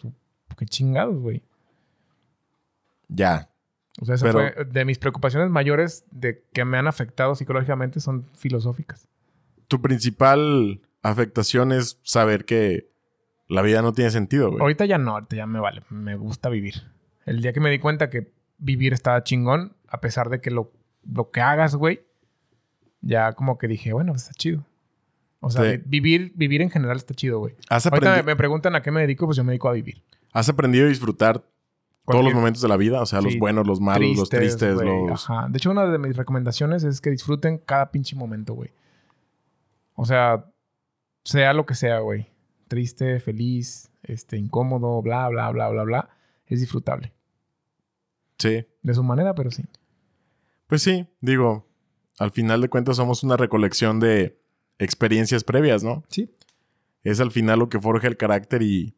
S2: qué chingados, güey.
S1: Ya.
S2: O sea, eso
S1: Pero-
S2: fue... De mis preocupaciones mayores de que me han afectado psicológicamente son filosóficas.
S1: Tu principal afectación es saber que la vida no tiene sentido, güey.
S2: Ahorita ya no, ahorita ya me vale. Me gusta vivir. El día que me di cuenta que vivir estaba chingón, a pesar de que lo, lo que hagas, güey, ya como que dije, bueno, pues está chido. O sea,
S1: Sí.
S2: vi- vivir, vivir en general está chido, güey.
S1: Has,
S2: Ahorita
S1: aprendi-
S2: me, me preguntan a qué me dedico, pues yo me dedico a vivir.
S1: has aprendido a disfrutar todos los
S2: Cualquier-
S1: momentos de la vida, o sea, los
S2: Sí.
S1: buenos, los malos, los tristes,
S2: güey,
S1: los...
S2: Ajá. De hecho, una de mis recomendaciones es que disfruten cada pinche momento, güey. O sea, sea lo que sea, güey. Triste, feliz, este, incómodo, bla, bla, bla, bla, bla. Es disfrutable.
S1: Sí.
S2: De su manera, pero sí.
S1: Pues sí, digo, al final de cuentas somos una recolección de experiencias previas, ¿no?
S2: Sí.
S1: Es al final lo que forja el carácter y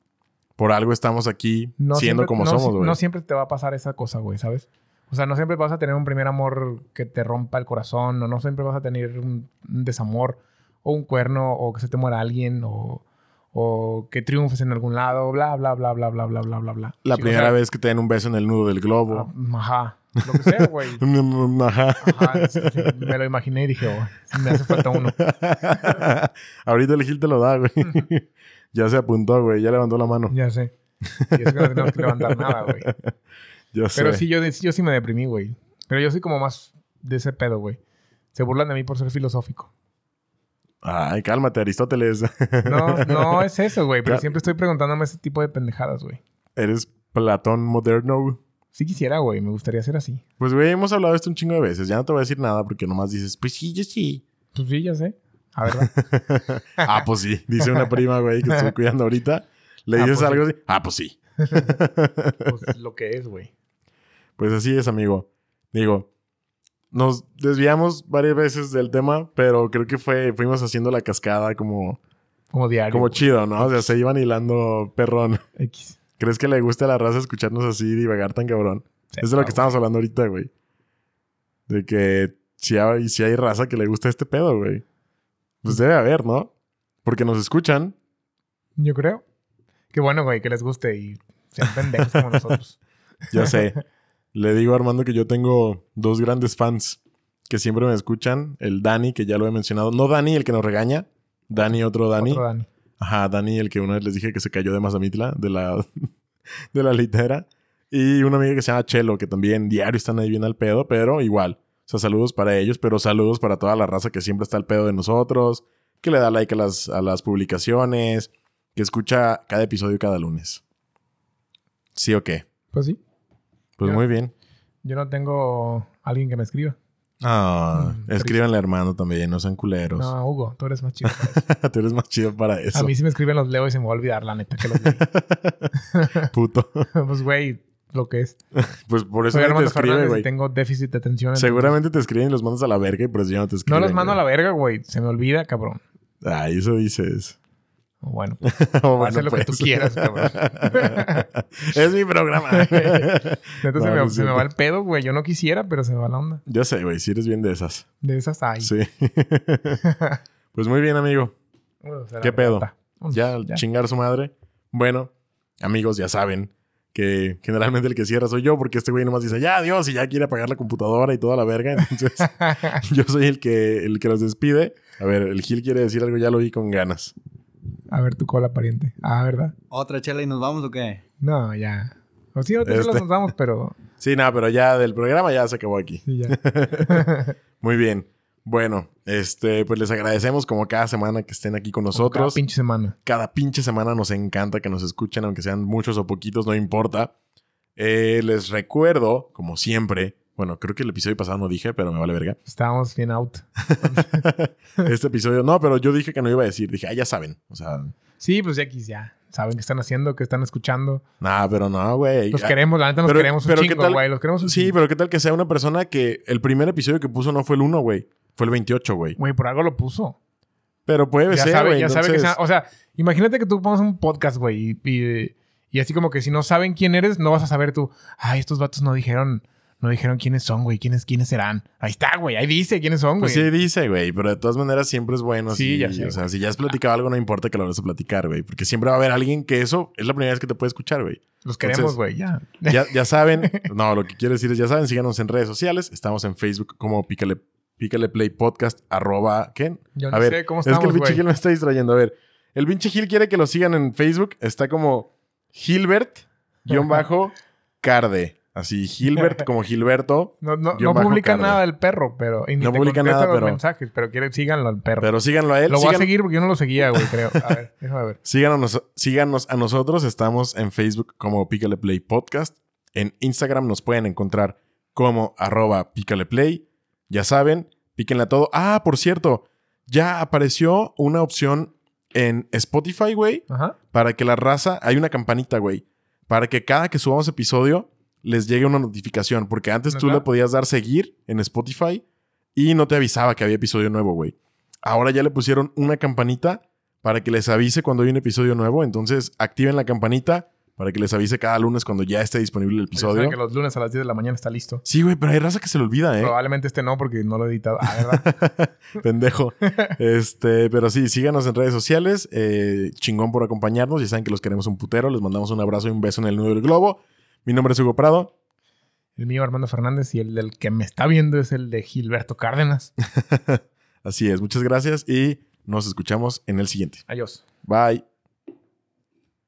S1: por algo estamos aquí siendo
S2: No siempre-
S1: como
S2: no
S1: somos,
S2: si-
S1: güey.
S2: No siempre te va a pasar esa cosa, güey, ¿sabes? O sea, no siempre vas a tener un primer amor que te rompa el corazón, o no siempre vas a tener un, un desamor, o un cuerno, o que se te muera alguien, o, o que triunfes en algún lado, bla, bla, bla, bla, bla, bla, bla, bla, bla.
S1: la
S2: Sí, o
S1: primera
S2: sea,
S1: vez que te den un beso en el nudo del globo.
S2: ah, Ajá. Lo que sea, güey. Ah.
S1: Ajá.
S2: Ajá, sí, sí, me lo imaginé y dije, oh, me hace falta uno.
S1: Ahorita el Gil te lo da, güey. ya se apuntó, güey. Ya levantó la mano.
S2: Ya sé. Y es que no tenemos que levantar nada, güey.
S1: Ya sé.
S2: Pero sí, yo, de- yo sí me deprimí, güey. Pero yo soy como más de ese pedo, güey. Se burlan de mí por ser filosófico.
S1: Ay, cálmate, Aristóteles.
S2: No, no es eso, güey. Pero
S1: Ya.
S2: siempre estoy preguntándome ese tipo de pendejadas, güey.
S1: Eres Platón moderno.
S2: Sí quisiera, güey. Me gustaría ser así.
S1: Pues, güey, hemos hablado de esto un chingo de veces. Ya no te voy a decir nada porque nomás dices, pues sí, yo sí.
S2: Pues sí, ya sé. A ver, va.
S1: ah, pues sí. Dice una prima, güey, que estoy cuidando ahorita. Le
S2: Ah,
S1: dices
S2: pues
S1: algo
S2: sí.
S1: así. Ah, pues sí.
S2: pues lo que es, güey.
S1: Pues así es, amigo. Digo, nos desviamos varias veces del tema, pero creo que fue, fuimos haciendo la cascada como,
S2: Como diario.
S1: como
S2: güey.
S1: chido, ¿no? O sea, se iban hilando perrón.
S2: X.
S1: ¿Crees que le gusta a la raza escucharnos así divagar tan cabrón?
S2: Sí,
S1: es de lo
S2: güey.
S1: que estábamos hablando ahorita, güey. De que si hay, si hay raza que le gusta este pedo, güey. Pues debe haber, ¿no? Porque nos escuchan.
S2: Yo creo. Qué bueno, güey, que les guste y sean pendejos como nosotros.
S1: Ya sé. le digo a Armando que yo tengo dos grandes fans que siempre me escuchan. El Dani, que ya lo he mencionado. No Dani, el que nos regaña. Dani, otro Dani.
S2: Otro Dani.
S1: Ajá, Dani, el que una vez les dije que se cayó de Mazamitla, de la, de la litera. Y una amiga que se llama Chelo, que también diario están ahí bien al pedo, pero igual. O sea, saludos para ellos, pero saludos para toda la raza que siempre está al pedo de nosotros, que le da like a las, a las publicaciones, que escucha cada episodio cada lunes. ¿Sí o qué?
S2: Pues sí.
S1: Pues
S2: Ya.
S1: muy bien.
S2: Yo no tengo alguien que me escriba.
S1: Ah,
S2: Mm, triste.
S1: escríbanle, hermano, también, no sean culeros.
S2: No, Hugo, tú eres más chido. para eso.
S1: Tú eres más chido para eso,
S2: A mí si me escriben los leo y se me va a olvidar, la neta, que los leí.
S1: puto.
S2: pues, güey, lo que es.
S1: Pues por eso
S2: Soy
S1: nadie te
S2: Armando
S1: escribe,
S2: Fernández
S1: güey.
S2: y tengo déficit de atención. entonces-
S1: Seguramente te escriben y los mandas a la verga y por eso ya no te
S2: No
S1: escriben.
S2: los mando a
S1: güey.
S2: la verga, güey. Se me olvida, cabrón.
S1: Ah, eso dices.
S2: Bueno, pues,
S1: Oh,
S2: Haz lo que tú quieras, cabrón.
S1: es mi programa.
S2: neta
S1: No,
S2: se,
S1: no
S2: me,
S1: es
S2: se me
S1: cierto.
S2: va el pedo, güey. Yo no quisiera, pero se me va la onda.
S1: ya sé, güey, si eres bien de esas.
S2: De esas hay.
S1: Sí. pues muy bien, amigo.
S2: Bueno, o sea, la
S1: ¿Qué pedo?
S2: neta. Bueno,
S1: Ya, chingar su madre. Bueno, amigos, ya saben que generalmente el que cierra soy yo porque este güey nomás dice, ya, adiós, y ya quiere apagar la computadora y toda la verga. Entonces, yo soy el que, el que los despide. A ver, el Gil quiere decir algo, ya lo vi con ganas.
S2: A ver tu cola, pariente. Ah, ¿verdad?
S3: ¿Otra chela y nos vamos o qué?
S2: No, ya. O sí, ahorita sí
S1: Este.
S2: los vamos, pero...
S1: Sí, nada, pero ya del programa ya se acabó aquí.
S2: Sí, ya.
S1: Muy bien. Bueno, este, pues les agradecemos como cada semana que estén aquí con
S2: Cada
S1: nosotros. Cada,
S2: pinche semana.
S1: pinche semana nos encanta que nos escuchen, aunque sean muchos o poquitos, no importa. Eh, les recuerdo, como siempre, bueno, creo que el episodio pasado no dije, pero me vale verga.
S2: Estábamos bien out.
S1: Este episodio, no, pero yo dije que no iba a decir, dije, ah, ya saben. O sea,
S2: Sí, pues ya X, ya. Saben qué están haciendo, qué están escuchando.
S1: nada, pero no, güey.
S2: Los
S1: Ah,
S2: queremos, la neta, los
S1: pero-
S2: queremos un
S1: pero ¿qué
S2: chingo,
S1: tal?
S2: güey. Los queremos un
S1: Sí,
S2: chingo.
S1: pero qué tal que sea una persona que el primer episodio que puso no fue el 1, güey. Fue el 28, güey.
S2: Güey, por algo lo puso.
S1: Pero puede
S2: ya
S1: ser,
S2: sabe,
S1: güey.
S2: ya sabe que
S1: entonces-
S2: sea- O sea, imagínate que tú pones un podcast, güey, y, y- y así como que si no saben quién eres, no vas a saber tú. Ay, estos vatos no dijeron, no dijeron quiénes son, güey, quiénes, quiénes serán. Ahí está, güey, ahí dice quiénes son,
S1: Pues
S2: güey.
S1: sí dice, güey, pero de todas maneras siempre es bueno.
S2: Sí,
S1: Sí,
S2: ya sé,
S1: O sea, si ya has platicado algo, no importa que lo vayas a platicar, güey. Porque siempre va a haber alguien que eso es la primera vez que te puede escuchar, güey.
S2: Los
S1: Entonces-
S2: queremos, güey, ya.
S1: Ya, ya saben, no, lo que quiero decir es, ya saben, síganos en redes sociales. Estamos en Facebook como Pícale, Pícale Play Podcast, arroba, ¿qué?
S2: Yo
S1: A
S2: no
S1: ver,
S2: sé cómo
S1: es que el
S2: estamos,
S1: pinche
S2: güey.
S1: Gil me está distrayendo. A ver, el pinche Gil quiere que lo sigan en Facebook. Está como Gilbert, guión bajo, Carde. Así, Gilbert como Gilberto.
S2: No, no,
S1: guión
S2: no
S1: bajo
S2: publica
S1: Carde.
S2: nada el perro, pero... y ni
S1: No
S2: te
S1: publica
S2: contesta
S1: nada,
S2: los
S1: pero-
S2: mensajes, pero quiere, síganlo al perro.
S1: Pero eh, síganlo a él.
S2: lo voy a
S1: sigan-
S2: seguir porque yo no lo seguía, güey, creo. A ver, déjame ver.
S1: Síganos, síganos a nosotros. Estamos en Facebook como Pícale Play Podcast. En Instagram nos pueden encontrar como arroba Pícale Play. Ya saben, píquenle a todo. Ah, por cierto, ya apareció una opción en Spotify, güey,
S2: Ajá.
S1: para que la raza... Hay una campanita, güey, para que cada que subamos episodio les llegue una notificación. Porque antes tú
S2: ¿Neta?
S1: le podías dar seguir en Spotify y no te avisaba que había episodio nuevo, güey. Ahora ya le pusieron una campanita para que les avise cuando hay un episodio nuevo. Entonces, activen la campanita para que les avise cada lunes cuando ya esté disponible el
S2: Pues Saben
S1: episodio.
S2: que los lunes a las 10 de la mañana está listo.
S1: Sí, güey, pero hay raza que se le olvida, ¿eh?
S2: Probablemente este no, porque no lo he editado. Ah, ¿verdad?
S1: Pendejo. Este, pero sí, síganos en redes sociales. eh, chingón por acompañarnos. Ya saben que los queremos un putero. Les mandamos un abrazo y un beso en el nudo del globo. Mi nombre es Hugo Prado.
S2: el mío, Armando Fernández, y el del que me está viendo es el de Gilberto Cárdenas.
S1: Así es, muchas gracias y nos escuchamos en el siguiente.
S2: Adiós.
S1: Bye.